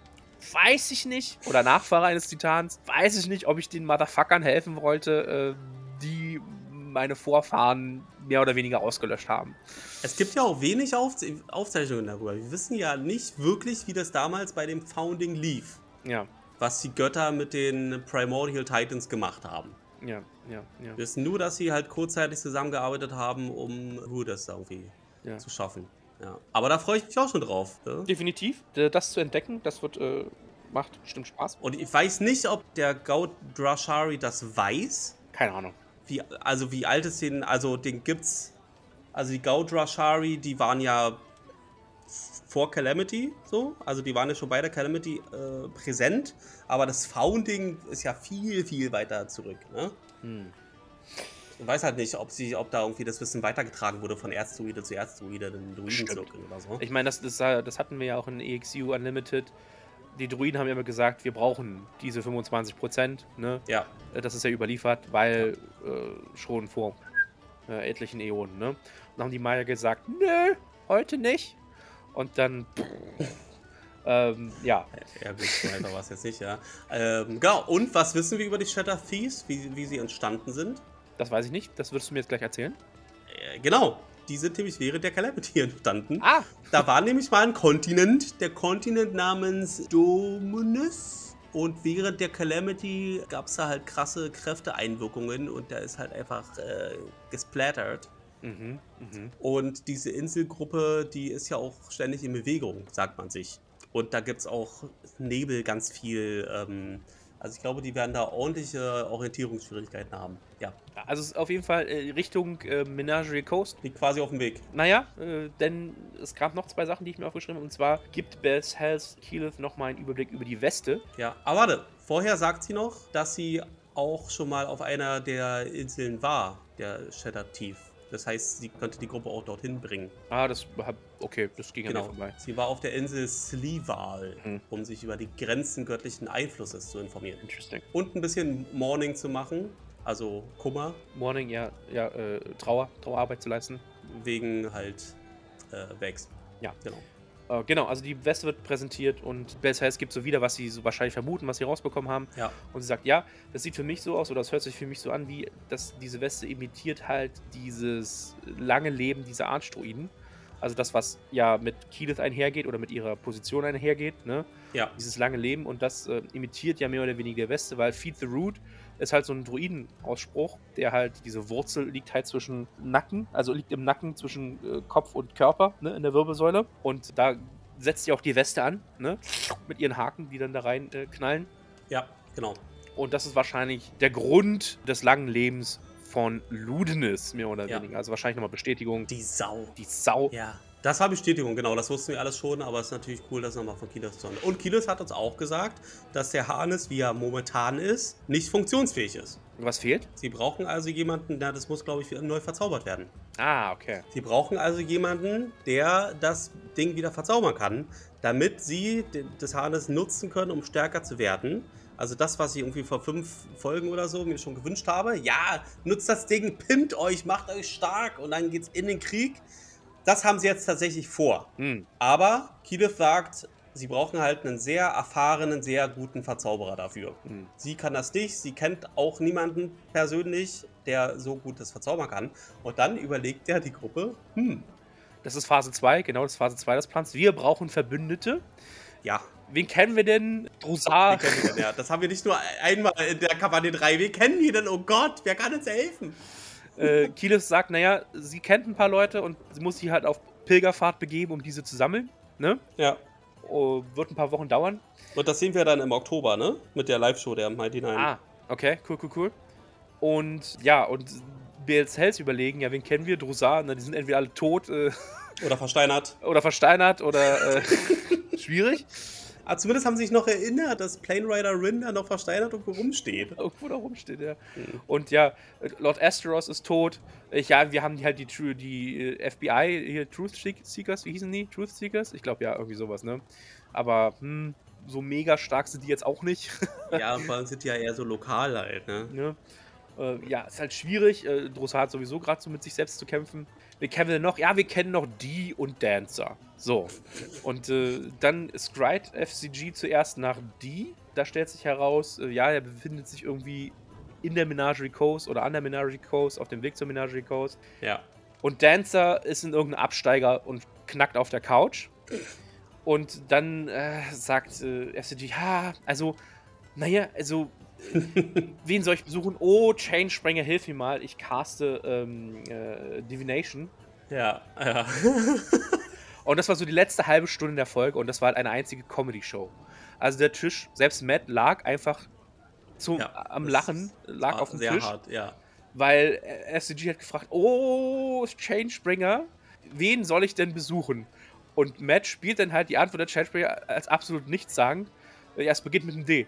Speaker 2: Weiß ich nicht. Oder Nachfahre eines Titans. Weiß ich nicht, ob ich den Motherfuckern helfen wollte, äh, die meine Vorfahren mehr oder weniger ausgelöscht haben.
Speaker 1: Es gibt ja auch wenig Aufze Aufzeichnungen darüber. Wir wissen ja nicht wirklich, wie das damals bei dem Founding lief,
Speaker 2: Ja,
Speaker 1: was die Götter mit den Primordial Titans gemacht haben.
Speaker 2: ja, ja, ja.
Speaker 1: Wir wissen nur, dass sie halt kurzzeitig zusammengearbeitet haben, um Rudas irgendwie
Speaker 2: Ja.
Speaker 1: zu schaffen. Ja. Aber da freue ich mich auch schon drauf. Ne?
Speaker 2: Definitiv. d- Das zu entdecken, das wird, äh, macht bestimmt Spaß.
Speaker 1: Und ich weiß nicht, ob der Gaud Drashari das weiß.
Speaker 2: Keine Ahnung.
Speaker 1: Wie, also wie alt es den, also den gibt's. Also die Gaudrashari, die waren ja vor Calamity so, also die waren ja schon bei der Calamity äh, präsent, aber das Founding ist ja viel, viel weiter zurück. Ne?
Speaker 2: Hm.
Speaker 1: Ich weiß halt nicht, ob sie, ob da irgendwie das Wissen weitergetragen wurde von Erzdruide zu Erzdruide, den
Speaker 2: Stimmt.
Speaker 1: Druidenzirkel oder so.
Speaker 2: Ich meine, das, das, äh, das hatten wir ja auch in EXU Unlimited. Die Druiden haben ja immer gesagt, wir brauchen diese 25%, ne?
Speaker 1: ja,
Speaker 2: Äh, das ist ja überliefert, weil äh, schon vor äh, etlichen Äonen, ne? Und dann haben die Maya gesagt, nö, heute nicht. Und dann, ähm, ja,
Speaker 1: ja gut, so einfach war es jetzt nicht, ja. Ähm, genau, und was wissen wir über die Shatter Thieves, wie, wie sie entstanden sind?
Speaker 2: das weiß ich nicht, das würdest du mir jetzt gleich erzählen.
Speaker 1: Äh, genau, die sind nämlich während der Calamity [laughs] entstanden.
Speaker 2: Ah,
Speaker 1: Da war nämlich mal ein Kontinent, der Kontinent namens Dominus. Und während der Calamity gab es da halt krasse Kräfteeinwirkungen und der ist halt einfach äh, gesplattert.
Speaker 2: mhm, mhm.
Speaker 1: Und diese Inselgruppe, die ist ja auch ständig in Bewegung, sagt man sich. Und da gibt es auch Nebel ganz viel. Ähm, also ich glaube, die werden da ordentliche Orientierungsschwierigkeiten haben. Ja,
Speaker 2: Also es ist auf jeden Fall äh, Richtung äh, Menagerie Coast.
Speaker 1: liegt quasi auf dem Weg.
Speaker 2: Naja, äh, denn es gab noch zwei Sachen, die ich mir aufgeschrieben habe. Und zwar gibt Bells Hells Keyleth nochmal einen Überblick über die Weste.
Speaker 1: Ja, aber warte, vorher sagt sie noch, dass sie auch schon mal auf einer der Inseln war, der Shattered Tief Das heißt, sie könnte die Gruppe auch dorthin bringen.
Speaker 2: Ah, das hab, okay, das ging genau.
Speaker 1: Genau.
Speaker 2: an mir vorbei.
Speaker 1: Sie war auf der Insel Slival,
Speaker 2: Mhm.
Speaker 1: um sich über die Grenzen göttlichen Einflusses zu informieren.
Speaker 2: Interesting.
Speaker 1: Und ein bisschen Mourning zu machen, also Kummer,
Speaker 2: Morning, ja, ja, äh, Trauer, Trauerarbeit zu leisten.
Speaker 1: wegen halt äh, Vex.
Speaker 2: Ja.
Speaker 1: Genau.
Speaker 2: Äh, genau, also die Weste wird präsentiert und Bess Hess gibt so wieder, was sie so wahrscheinlich vermuten, was sie rausbekommen haben.
Speaker 1: Ja.
Speaker 2: Und sie sagt, ja, das sieht für mich so aus oder das hört sich für mich so an, wie dass diese Weste imitiert halt dieses lange Leben dieser Archtroiden. Also das, was ja mit Keyleth einhergeht oder mit ihrer Position einhergeht, ne?
Speaker 1: Ja.
Speaker 2: Dieses lange Leben und das äh, imitiert ja mehr oder weniger die Weste, weil Feed the Root ist halt so ein Druidenausspruch, der halt diese Wurzel liegt halt zwischen Nacken, also liegt im Nacken zwischen äh, Kopf und Körper, ne, in der Wirbelsäule. Und da setzt sie auch die Weste an, ne? Mit ihren Haken, die dann da rein äh, knallen.
Speaker 1: Ja, genau.
Speaker 2: Und das ist wahrscheinlich der Grund des langen Lebens von Ludenis, mehr oder
Speaker 1: Ja.
Speaker 2: weniger. Also wahrscheinlich nochmal Bestätigung. Die,
Speaker 1: Die Sau.
Speaker 2: Sau.
Speaker 1: Ja. Das war Bestätigung, genau. Das wussten wir alles schon, aber es ist natürlich cool, das nochmal von Kilos zu hören. Und Kilos hat uns auch gesagt, dass der Harnis, wie er momentan ist, nicht funktionsfähig ist.
Speaker 2: Was fehlt?
Speaker 1: Sie brauchen also jemanden, na, das muss, glaube ich, wieder neu verzaubert werden.
Speaker 2: Ah, okay.
Speaker 1: Sie brauchen also jemanden, der das Ding wieder verzaubern kann, damit sie de- das Harnes nutzen können, um stärker zu werden. Also das, was ich irgendwie vor fünf Folgen oder so mir schon gewünscht habe. Ja, nutzt das Ding, pimmt euch, macht euch stark und dann geht's in den Krieg. Das haben sie jetzt tatsächlich vor.
Speaker 2: Hm.
Speaker 1: Aber Kilif sagt, sie brauchen halt einen sehr erfahrenen, sehr guten Verzauberer dafür.
Speaker 2: Hm.
Speaker 1: Sie kann das nicht, sie kennt auch niemanden persönlich, der so gut das verzaubern kann. Und dann überlegt ja die Gruppe, hm,
Speaker 2: Das ist Phase 2, genau, das ist Phase 2 des Plans. Wir brauchen Verbündete.
Speaker 1: ja,
Speaker 2: Wen kennen wir denn?
Speaker 1: wir
Speaker 2: Drusar.
Speaker 1: kennen die denn, ja. Das haben wir nicht nur einmal in der Kampagne 3, wir kennen die denn, oh Gott, wer kann uns helfen?
Speaker 2: Äh, Kielis sagt, naja, sie kennt ein paar Leute und sie muss sich halt auf Pilgerfahrt begeben, um diese zu sammeln. Ne?
Speaker 1: Ja,
Speaker 2: Oh, wird ein paar Wochen dauern.
Speaker 1: und das sehen wir dann im Oktober, ne? Mit der Live-Show der Mighty Nine.
Speaker 2: Ah, okay, cool, cool, cool. Und ja, und Bills Hells überlegen, ja, wen kennen wir? Drusar, ne, die sind entweder alle tot äh, [laughs]
Speaker 1: Oder versteinert.
Speaker 2: oder versteinert oder äh, schwierig.
Speaker 1: Aber Ah, zumindest haben sie sich noch erinnert, dass Plane Rider Rinder noch versteinert irgendwo rumsteht.
Speaker 2: Irgendwo da rumsteht, ja.
Speaker 1: Mhm.
Speaker 2: Und ja, äh, Lord Asteros ist tot. Ich, ja, wir haben die halt die, Tru- die äh, FBI, hier Truth Seek- Seekers, wie hießen die? Truth Seekers? Ich glaube ja, irgendwie sowas, ne? Aber hm, so mega stark sind die jetzt auch nicht.
Speaker 1: Ja, vor allem sind die ja eher so lokal halt, ne?
Speaker 2: Ne? Äh, ja, ist halt schwierig. Äh, Drossard hat sowieso gerade so mit sich selbst zu kämpfen. Wir kennen wir denn noch? Ja, wir kennen noch die und Dancer. So. Und äh, dann scryt FCG zuerst nach die. Da stellt sich heraus, äh, ja, er befindet sich irgendwie in der Menagerie Coast oder an der Menagerie Coast, auf dem Weg zur Menagerie Coast.
Speaker 1: Ja.
Speaker 2: Und Dancer ist in irgendeinem Absteiger und knackt auf der Couch. Und dann äh, sagt äh, FCG, ja, also, naja,
Speaker 1: [laughs]
Speaker 2: also, äh, wen soll ich besuchen? Oh, Chainsprenger, hilf mir mal. Ich caste ähm, äh, Divination.
Speaker 1: Ja, ja.
Speaker 2: Und das war so die letzte halbe Stunde der Folge und das war halt eine einzige Comedy-Show. Also der Tisch, selbst Matt lag einfach zum,
Speaker 1: Ja,
Speaker 2: am
Speaker 1: das
Speaker 2: Lachen, lag
Speaker 1: War
Speaker 2: auf dem
Speaker 1: sehr
Speaker 2: Tisch.
Speaker 1: hart, ja.
Speaker 2: weil äh, FCG hat gefragt, oh, Chainspringer, wen soll ich denn besuchen? Und Matt spielt dann halt die Antwort der Chainspringer als absolut nichts sagen. Ja, es beginnt mit dem D.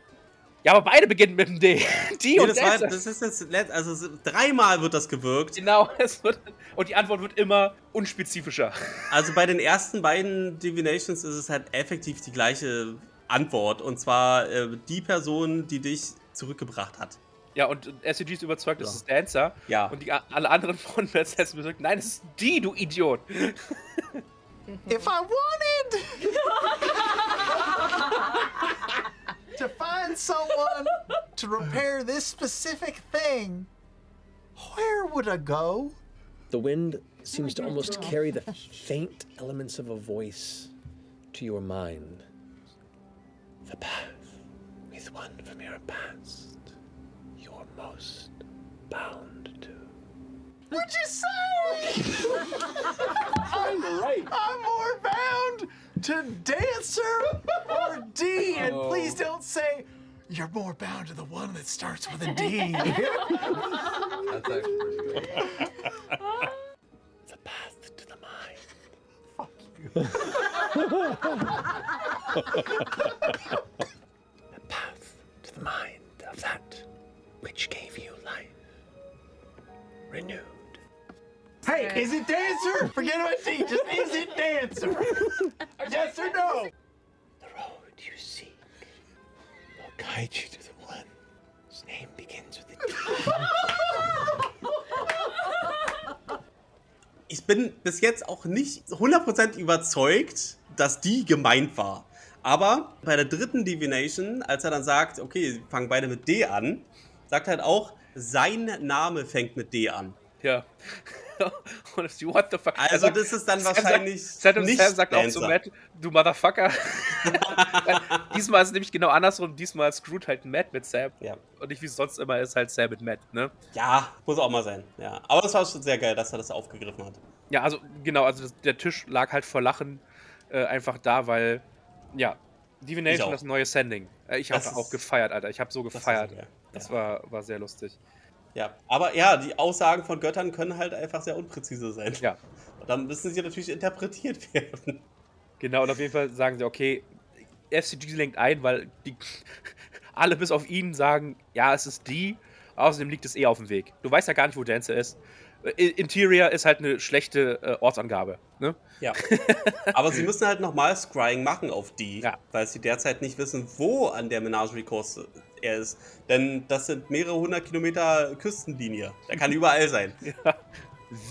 Speaker 2: Ja, aber beide beginnen mit dem D. [laughs] Die
Speaker 1: Nee,
Speaker 2: und
Speaker 1: das, war,
Speaker 2: Dancer.
Speaker 1: das ist jetzt, let- also es- dreimal wird das gewirkt.
Speaker 2: Genau, [laughs] das wird, und die Antwort wird immer unspezifischer.
Speaker 1: Also bei den ersten beiden Divinations ist es halt effektiv die gleiche Antwort. Und zwar äh, die Person, die dich zurückgebracht hat.
Speaker 2: Ja, und SCG ist überzeugt, es
Speaker 1: Ja. Ah.
Speaker 2: ist Dancer.
Speaker 1: Ja.
Speaker 2: Und die, alle anderen von Matt Sess besorgt, nein, es ist die, du Idiot.
Speaker 5: Mm-hmm. If I wanted to find someone to repair this specific thing, where would I go?
Speaker 6: The wind seems to almost carry the faint elements of a voice to your mind. The path with one from your past, you're most bound to.
Speaker 5: Would you say
Speaker 7: [laughs]
Speaker 5: I'm right? I'm more bound to dancer or D, and
Speaker 7: Oh.
Speaker 5: please don't say you're more bound to the one that starts with a
Speaker 7: [laughs]
Speaker 5: D.
Speaker 7: That's actually pretty good.
Speaker 6: The path to the mind.
Speaker 5: [laughs]
Speaker 6: Fuck you. the path to the mind of that which gave you life. Renewed.
Speaker 5: hey, Hey, is it dancer? Forget about D. Just is it dancer? yes or no?
Speaker 6: The road you seek will guide you to the one whose name begins with a D.
Speaker 1: ich bin bis jetzt auch nicht 100% überzeugt, dass die gemeint war. Aber bei der dritten Divination, als er dann sagt, okay, fangen beide mit D an, sagt er halt auch, sein Name fängt mit D an.
Speaker 2: Ja. [laughs] Und das, what the fuck?
Speaker 1: Also das ist dann wahrscheinlich
Speaker 2: Sam sagt,
Speaker 1: nicht
Speaker 2: Sam sagt auch zu
Speaker 1: Dancer.
Speaker 2: Matt, du Motherfucker. [laughs] diesmal ist es nämlich genau andersrum. Diesmal screwt halt Matt mit Sam.
Speaker 1: Ja.
Speaker 2: Und nicht wie es sonst immer ist, halt Sam mit Matt, ne?
Speaker 1: ja, muss auch mal sein. Ja. Aber das war schon sehr geil, dass er das aufgegriffen hat.
Speaker 2: Ja, also genau, also das, der Tisch lag halt vor Lachen äh, einfach da, weil, ja,
Speaker 1: Ich auch.
Speaker 2: Divination, das neue Sending. Äh, ich habe
Speaker 1: Das
Speaker 2: auch
Speaker 1: ist-
Speaker 2: gefeiert, Alter. Ich habe so
Speaker 1: Das
Speaker 2: gefeiert.
Speaker 1: War so geil.
Speaker 2: Das
Speaker 1: ja.
Speaker 2: war, war sehr lustig.
Speaker 1: ja. Aber ja, die Aussagen von Göttern können halt einfach sehr unpräzise sein.
Speaker 2: Ja.
Speaker 1: Und dann müssen sie natürlich interpretiert [laughs] werden.
Speaker 2: Genau, und auf jeden Fall sagen sie, okay, FCG lenkt ein, weil die [laughs] alle bis auf ihn sagen, ja, es ist die, außerdem liegt es eh auf dem Weg. Du weißt ja gar nicht, wo Dancer ist. Äh, I- Interior ist halt eine schlechte äh, Ortsangabe. Ne? [laughs]
Speaker 1: Ja. Aber sie müssen halt nochmal Scrying machen auf die,
Speaker 2: Ja.
Speaker 1: weil sie derzeit nicht wissen, wo an der Menagerie Kurs er ist. Denn das sind mehrere hundert Kilometer Küstenlinie. Der
Speaker 2: [laughs]
Speaker 1: kann überall sein.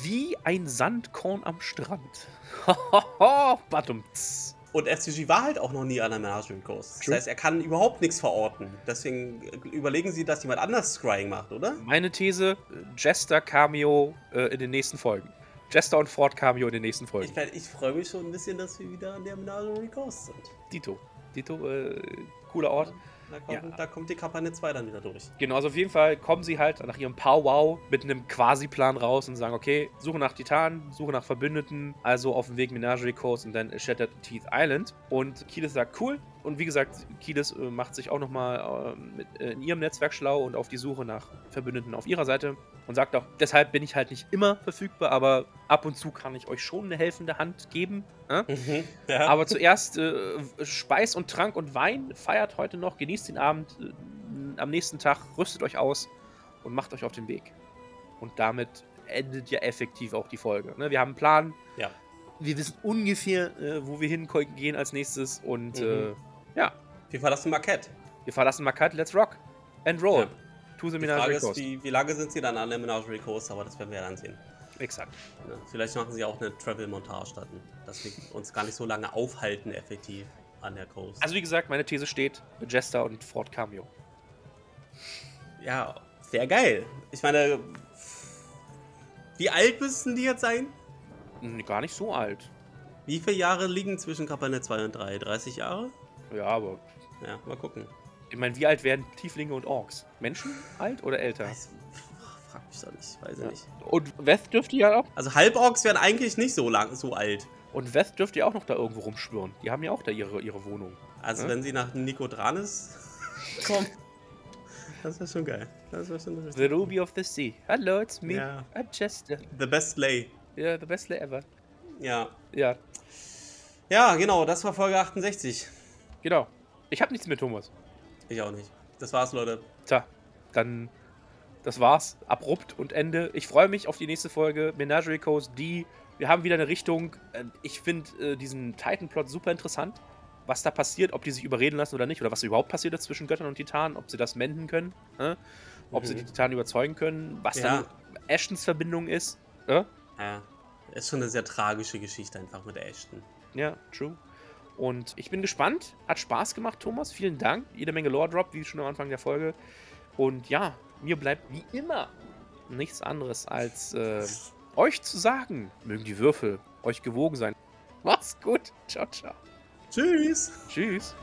Speaker 2: Wie ein Sandkorn am Strand. [laughs] Hohoho, badumts.
Speaker 1: Und FCG war halt auch noch nie an der Menagerie Kurs. Das
Speaker 2: True.
Speaker 1: heißt, er kann überhaupt nichts verorten. Deswegen äh, überlegen sie, dass jemand anders Scrying macht, oder?
Speaker 2: Meine These: Jester Cameo äh, in den nächsten Folgen. Jester und Ford Cameo in den nächsten Folgen.
Speaker 1: Ich, mein, ich freue mich schon ein bisschen, dass wir wieder an der Menagerie Kurs sind.
Speaker 2: Dito. Dito, äh, cooler Ort.
Speaker 1: Da kommt,
Speaker 2: Ja.
Speaker 1: da kommt die Kampagne 2 dann wieder durch.
Speaker 2: Genau, also auf jeden Fall kommen sie halt nach ihrem Powwow mit einem Quasi-Plan raus und sagen, okay, Suche nach Titanen, Suche nach Verbündeten, also auf dem Weg Menagerie Coast und dann Shattered Teeth Island. Und Kiedis sagt, cool. Und wie gesagt, Kiedis äh, macht sich auch nochmal äh, mit, äh, in ihrem Netzwerk schlau und auf die Suche nach Verbündeten auf ihrer Seite und sagt auch, deshalb bin ich halt nicht immer verfügbar, aber ab und zu kann ich euch schon eine helfende Hand geben. Äh?
Speaker 1: Mhm. Ja.
Speaker 2: Aber zuerst äh, Speis und Trank und Wein feiert heute noch, genießt den Abend. Äh, am nächsten Tag rüstet euch aus und macht euch auf den Weg. Und damit endet ja effektiv auch die Folge. Ne? Wir haben einen Plan.
Speaker 1: Ja.
Speaker 2: Wir wissen ungefähr, äh, wo wir hingehen als nächstes. Und
Speaker 1: Mhm.
Speaker 2: äh, ja,
Speaker 1: wir verlassen Marquette.
Speaker 2: wir verlassen Makat. Let's rock and roll.
Speaker 1: Ja.
Speaker 2: To the
Speaker 1: Die
Speaker 2: Minaj
Speaker 1: Frage ist,
Speaker 2: Records.
Speaker 1: wie, wie lange sind sie dann an der Menagerie Coast, aber das werden wir ja dann sehen.
Speaker 2: Exakt.
Speaker 1: Ja, vielleicht machen sie auch eine Travel-Montage dann, dass wir uns gar nicht so lange aufhalten effektiv an der Coast.
Speaker 2: Also wie gesagt, meine These steht, Jester und Ford Cameo.
Speaker 1: ja, sehr geil. Ich meine, wie alt müssten die jetzt sein?
Speaker 2: Hm, Gar nicht so alt.
Speaker 1: Wie viele Jahre liegen zwischen Kampagne 2 und 3? 30 Jahre?
Speaker 2: Ja, aber
Speaker 1: Ja, mal gucken.
Speaker 2: Ich meine, wie alt werden Tieflinge und Orks? Menschen alt oder älter?
Speaker 1: Weiß, frag mich doch nicht, ich weiß ja.
Speaker 2: Ja.
Speaker 1: nicht.
Speaker 2: Und Veth dürfte ja auch.
Speaker 1: Also Halborgs wären eigentlich nicht so lang, so alt.
Speaker 2: Und Veth dürfte ja auch noch da irgendwo rumschwirren. Die haben ja auch da ihre, ihre Wohnung.
Speaker 1: Also
Speaker 2: Ja.
Speaker 1: wenn sie nach Nikodranis kommen, [laughs] das wäre schon geil. Das wäre schon richtig.
Speaker 2: The Ruby of the Sea. Hello, it's me.
Speaker 1: Ja.
Speaker 2: I'm Chester.
Speaker 1: The best lay.
Speaker 2: Yeah, the best lay ever.
Speaker 1: Ja.
Speaker 2: Ja,
Speaker 1: Ja, genau, das war Folge 68.
Speaker 2: genau. Ich habe nichts mehr, Thomas.
Speaker 1: Ich auch nicht. Das war's, Leute.
Speaker 2: Tja, dann. Das war's. Abrupt und Ende. Ich freue mich auf die nächste Folge. Menagerie Coast D. Wir haben wieder eine Richtung. Äh, Ich finde äh, diesen Titan-Plot super interessant. Was da passiert, ob die sich überreden lassen oder nicht, oder was überhaupt passiert ist zwischen Göttern und Titanen, ob sie das menden können, ne? ob sie
Speaker 1: Mhm.
Speaker 2: die Titanen überzeugen können, was
Speaker 1: Ja.
Speaker 2: dann Ashtons Verbindung ist. ne?
Speaker 1: Ja. Ist schon eine sehr tragische Geschichte einfach mit Ashton.
Speaker 2: Ja, true. Und ich bin gespannt. Hat Spaß gemacht, Thomas. Vielen Dank. Jede Menge Lore-Drop, wie schon am Anfang der Folge. Und ja, mir bleibt wie immer nichts anderes als äh, euch zu sagen, mögen die Würfel euch gewogen sein. Macht's gut. Ciao, ciao.
Speaker 1: Tschüss!
Speaker 2: Tschüss.